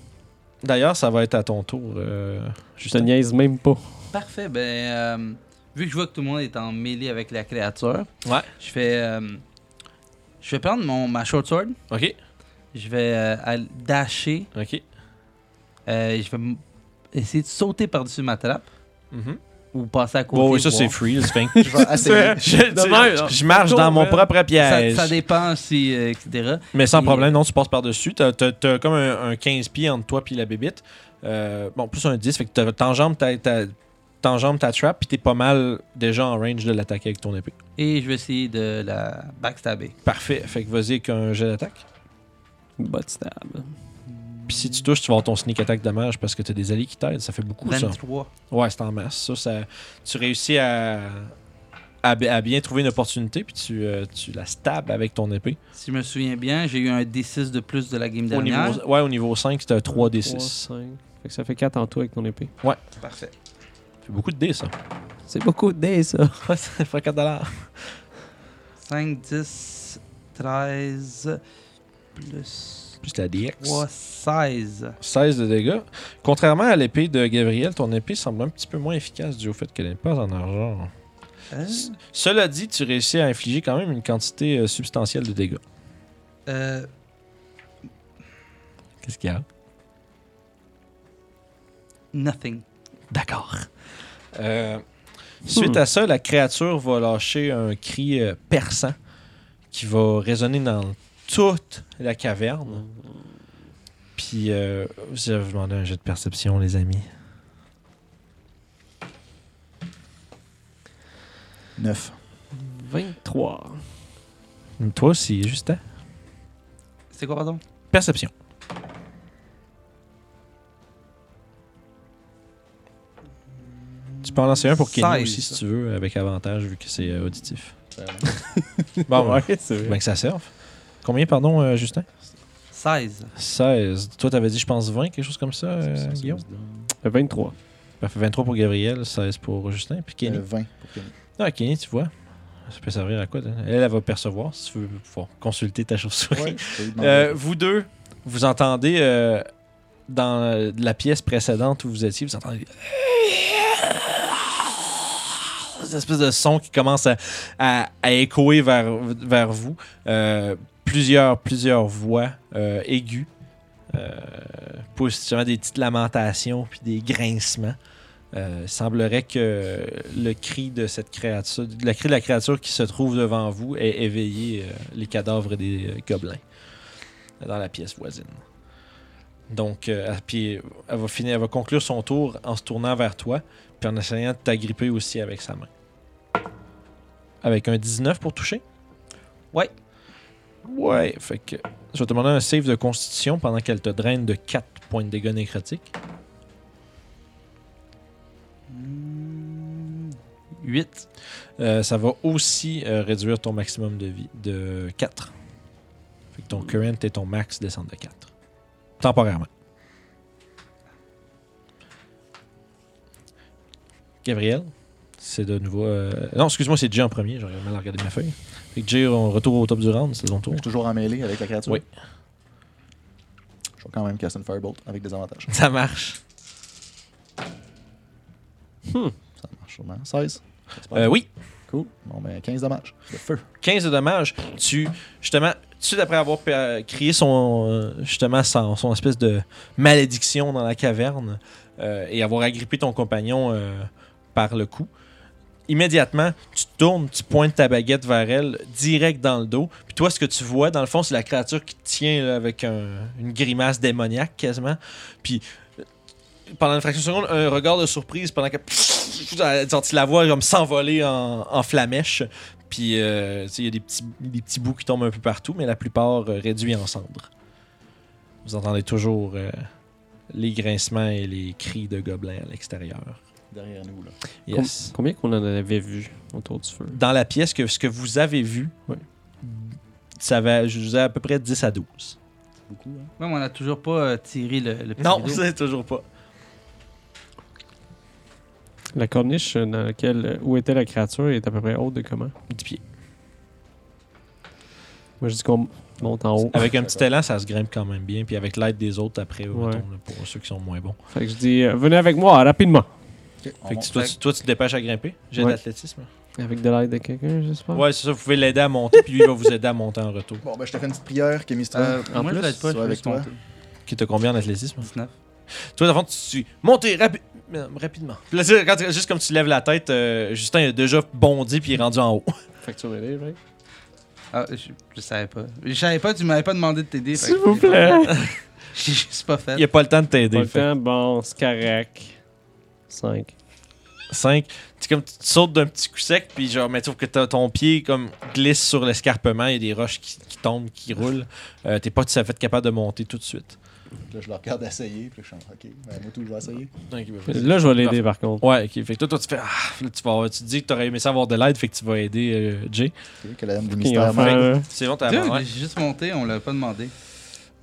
A: D'ailleurs, ça va être à ton tour. euh,
B: Je te
A: Justin.
B: niaise même pas.
D: Parfait, ben euh, vu que je vois que tout le monde est en mêlée avec la créature,
A: Ouais.
D: je vais euh, je vais prendre mon ma short sword,
A: Ok,
D: je vais euh, aller dasher,
A: ok.
D: euh, je vais m- essayer de sauter par-dessus ma trappe
A: Mhm.
D: ou passer à côté.
A: Bon, oui, ça
D: voir.
A: c'est free, le sphinx.
C: Je vais essayer.
A: je, tu- je marche dans mon propre
D: ça,
A: piège.
D: ça dépend si euh, etc.
A: Mais sans
D: Et-
A: problème, non, tu passes par-dessus. T'as, t'as- t'as comme un, un 15 pieds entre toi puis la bébite. Euh, bon, plus un 10, fait que t'as- t'enjambes ta, ta, t'enjambes ta trap puis t'es pas mal déjà en range de l'attaquer avec ton épée.
D: Et je vais essayer de la backstabber.
A: Parfait, fait que vas-y avec un jet d'attaque.
B: Butt stab.
A: Puis si tu touches, tu vas avoir ton sneak attack dommage parce que t'as des alliés qui t'aident. Ça fait beaucoup ça.
D: 23.
A: Ouais, c'est en masse. Ça, ça- tu réussis à, à, bi- à bien trouver une opportunité, puis tu, euh, tu la stabs avec ton épée.
D: Si je me souviens bien, j'ai eu un D6 de plus de la game
A: Au
D: dernière.
A: niveau, ouais, au niveau 5, c'était un 3d6.
B: 5. Fait que ça fait 4 en tout avec ton épée.
D: Parfait.
A: C'est beaucoup de dés, ça.
B: C'est beaucoup de dés, ça.
A: Ouais, ça fait 4 dollars.
D: 5 10 13 plus
A: Plus la DX.
D: 3 16.
A: 16 de dégâts. Contrairement à l'épée de Gabriel, ton épée semble un petit peu moins efficace du au fait qu'elle n'est pas en argent.
D: Hein?
A: C- Cela dit, tu réussis à infliger quand même une quantité euh, substantielle de dégâts.
D: Euh,
A: Qu'est-ce qu'il y a?
D: nothing.
A: D'accord. Euh, suite à ça, la créature va lâcher un cri euh, perçant qui va résonner dans toute la caverne. Puis, euh, je vais vous demander un jet de perception, les amis.
C: 9.
B: 23.
A: Toi aussi, Justin.
D: C'est quoi, pardon?
A: Perception. Tu peux en lancer un pour Kenny
D: 16.
A: aussi, si tu veux, avec avantage, vu que c'est euh, auditif.
C: J'ai
A: Bon, ouais.
B: c'est
A: ben que ça serve. Combien, pardon, euh, Justin?
D: 16.
A: 16. Toi, t'avais dit, je pense, 20, quelque chose comme ça, euh, Guillaume?
B: 23.
A: Parfait, 23 pour Gabriel, 16 pour Justin, puis Kenny.
C: 20 pour Kenny.
A: Ah, Kenny, tu vois. Ça peut servir à quoi? toi? Elle, elle va percevoir, si tu veux pouvoir consulter ta chauve-souris.
C: Ouais, je vais lui demander.
A: Euh, vous deux, Vous entendez euh, dans euh, la pièce précédente où vous étiez, vous entendez. Cette espèce de son qui commence à, à- à échoer vers, vers vous. Euh, plusieurs, plusieurs voix euh, aiguës. Euh, poussent justement des petites lamentations puis des grincements. Euh, il semblerait que le cri de cette créature, le cri de la créature qui se trouve devant vous ait éveillé euh, les cadavres des euh, gobelins dans la pièce voisine. Donc, euh, elle- puis elle va finir, elle va conclure son tour en se tournant vers toi, puis en essayant de t'agripper aussi avec sa main. Avec un 19 pour toucher?
D: Ouais.
A: Ouais, fait que je vais te demander un save de constitution pendant qu'elle te draine de 4 points de dégâts nécrotiques.
D: Hmm, 8.
A: Euh, ça va aussi euh, réduire ton maximum de vie de 4. Fait que ton current et ton max descendent de 4. Temporairement. Gabriel, c'est de nouveau. euh, Non, excuse-moi, c'est Jay en premier. J'aurais mal regardé ma feuille. Fait que Jay, on retourne au top du round, c'est ton tour.
C: Je suis toujours en mêlée avec la créature.
A: Oui.
C: Je vais quand même casser une Firebolt avec des avantages.
A: Ça marche.
C: Ça marche sûrement. 16.
A: Euh, oui,
C: Cool. Bon, ben 15 dommages. Le feu.
A: 15 de dommages, tu, justement, tu d'après avoir euh, crié son, euh, justement, son, son espèce de malédiction dans la caverne euh, et avoir agrippé ton compagnon euh, par le cou, immédiatement, tu te tournes, tu pointes ta baguette vers elle, direct dans le dos. Puis toi, ce que tu vois, dans le fond, c'est la créature qui te tient là, avec un- une grimace démoniaque quasiment. Puis euh, pendant une fraction de seconde, un regard de surprise pendant que genre, tu la vois comme s'envoler en, en flamèche. Puis, euh, tu sais, il y a des petits, des petits bouts qui tombent un peu partout, mais la plupart euh, réduits en cendres. Vous entendez toujours euh, les grincements et les cris de gobelins à l'extérieur.
C: Derrière nous, là.
A: Yes.
B: Combien qu'on en avait vu autour du feu?
A: Dans la pièce, que, ce que vous avez vu,
B: Ouais.
A: ça va, je vous ai à peu près 10 à 12.
C: Beaucoup, hein.
D: Même on n'a toujours pas euh, tiré le, le petit
A: Non,
D: rideau.
A: c'est toujours pas.
B: La corniche dans laquelle euh, où était la créature est à peu près haute de comment?
A: 10 pieds.
B: Moi, je dis qu'on monte en haut.
A: Avec un petit élan, ça se grimpe quand même bien. Puis avec l'aide des autres après,
B: Ouais.
A: mettons, là, pour ceux qui sont moins bons.
B: Fait que je dis, euh, venez avec moi, rapidement.
A: Fait que
C: On
A: tu- toi, tu, toi, tu te dépêches à grimper. J'ai
B: Ouais.
A: d'athlétisme.
B: Avec de l'aide de quelqu'un, j'espère.
A: Ouais, c'est ça. Vous pouvez l'aider à monter, puis lui, il va vous aider à monter en retour.
C: monte. Bon, ben je te fais une petite prière, Kémistron.
D: Euh,
B: En
D: moi,
B: plus,
D: je l'aide pas,
C: soit
D: je vais
C: avec
D: juste
C: toi.
D: monter.
A: Qui te combien en athlétisme
D: 19.
A: Toi, dans le fond, tu, tu montez rapi- euh, rapidement. Puis là, tu sais, quand tu- juste comme tu lèves la tête, euh, Justin a déjà bondi puis il est rendu en haut.
B: Fait que tu m'aider, right?
D: Ah, je, je savais pas. Je savais pas, tu m'avais pas demandé de t'aider. fait
B: S'il
D: que
B: vous plaît.
D: J'ai juste pas fait.
A: Il a pas le temps de
B: Pas
A: t'aider.
B: le temps, bon, c'est correct. 5.
A: 5. Tu, comme, tu sautes d'un petit coup sec, puis genre, mais tu trouves que t'as- ton pied comme, glisse sur l'escarpement, il y a des roches qui, qui tombent, qui roulent. Euh, T'es pas tout à fait capable de monter tout de suite.
C: Là, je le regarde essayer, puis là, je suis en- OK, ben, moi tout, je vais essayer.
A: bah,
B: Là, je vais l'aider par contre.
A: Ouais, ok. Fait que toi, toi, tu fais. Ah, là, tu, vas, tu te dis que t'aurais aimé ça avoir de l'aide, fait que tu vas aider euh, Jay.
C: Ok, que la dame du
B: Il va
C: mystère
B: faire,
C: m'aide.
B: euh,
A: C'est bon, t'as
D: Dude,
A: la main.
D: j'ai juste monté, on l'a pas demandé.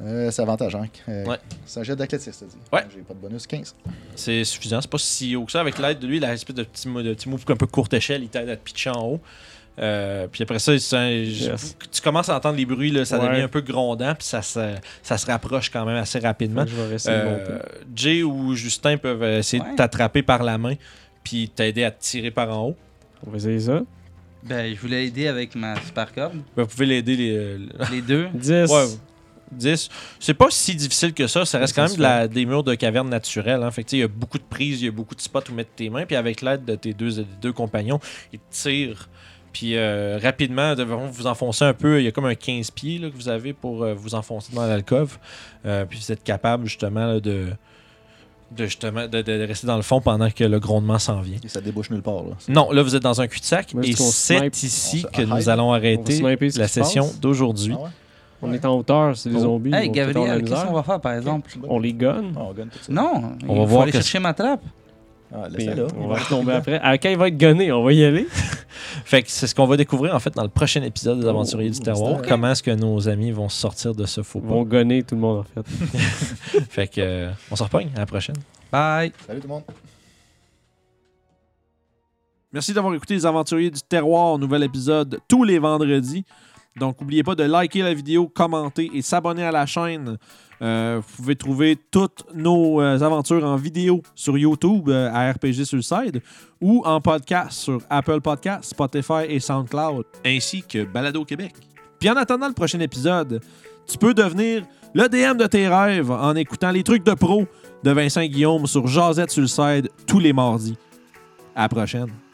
C: Euh, c'est avantage, hein. Euh,
A: Ouais.
C: C'est un jet d'athlétisme, t'as dit.
A: Ouais.
C: J'ai pas de bonus. 15.
A: C'est suffisant, c'est pas si haut que ça. Avec l'aide de lui, la espèce de petit, mo- de petit move un peu courte échelle, il t'aide à te pitcher en haut. Euh, puis après ça, c'est un-
B: Yes.
A: tu commences à entendre les bruits, là, ça
B: Ouais.
A: devient un peu grondant, puis ça se, ça se rapproche quand même assez
B: fait
A: rapidement.
B: que Je vais essayer de
A: Euh,
B: monter.
A: Jay ou Justin peuvent essayer de
D: Ouais.
A: t'attraper par la main, puis t'aider à te tirer par en haut.
B: On va essayer ça.
D: Ben, je voulais aider avec ma super corde.
A: Ben, vous pouvez l'aider les, euh, les-
D: Les deux.
B: 10.
A: Ouais, 10. C'est pas si difficile que ça. Ça reste quand
B: Ça
A: même
B: se
A: de la- des murs de caverne naturelle. Hein. Fait que, tu sais, il y a beaucoup de prises, il y a beaucoup de spots où mettre tes mains. Puis avec l'aide de tes deux, des deux compagnons, ils te tirent. Puis euh, rapidement, de- vraiment, vous enfoncez un peu. Il y a comme un 15 pieds là, que vous avez pour euh, vous enfoncer dans l'alcôve. Euh, puis vous êtes capable justement là, de, de, justement de, de- de rester dans le fond pendant que le grondement s'en vient.
C: Et ça débouche nulle part, là.
A: Non, là, vous êtes dans un cul-de-sac.
B: Moi, je
A: Et
B: dis qu'on
A: c'est
B: snipe.
A: ici
C: On se
A: que nous
C: hide.
A: allons
B: On
A: arrêter
B: va sniper ce
A: la
B: qui se passe.
A: session d'aujourd'hui.
C: Ah ouais?
B: On est en hauteur, c'est des
C: Oh.
B: zombies.
D: Hey,
B: on peut avoir la
D: Gabriel, qu'est-ce
B: misère.
D: qu'on va faire par exemple
C: C'est bon.
B: On les gonne.
C: Ah, on gagne tout ça.
D: Non,
A: On
D: il
A: va
D: faut
A: voir
D: aller
A: que-
D: chercher ma trappe.
C: Ah, laisse
B: Puis,
C: ça, là.
B: on va tomber après. Ah, quand il va être gonné, on va y aller.
A: Fait que c'est ce qu'on va découvrir en fait dans le prochain épisode des
B: Oh,
A: Aventuriers du
C: c'est
A: Terroir.
C: vrai.
A: Comment est-ce que nos amis vont se sortir de ce faux
B: Ils
A: pas.
B: vont gonner tout le monde en fait.
A: Fait que euh, on se repogne à la prochaine.
D: Bye.
C: Salut tout le monde.
A: Merci d'avoir écouté Les Aventuriers du Terroir, nouvel épisode tous les vendredis. Donc, n'oubliez pas de liker la vidéo, commenter et s'abonner à la chaîne. Euh, vous pouvez trouver toutes nos euh, aventures en vidéo sur YouTube euh, à RPG Suicide ou en podcast sur Apple Podcasts, Spotify et SoundCloud, ainsi que Balado Québec. Puis en attendant le prochain épisode, tu peux devenir le DM de tes rêves en écoutant les trucs de pro de Vincent Guillaume sur Jazette Suicide tous les mardis. À la prochaine.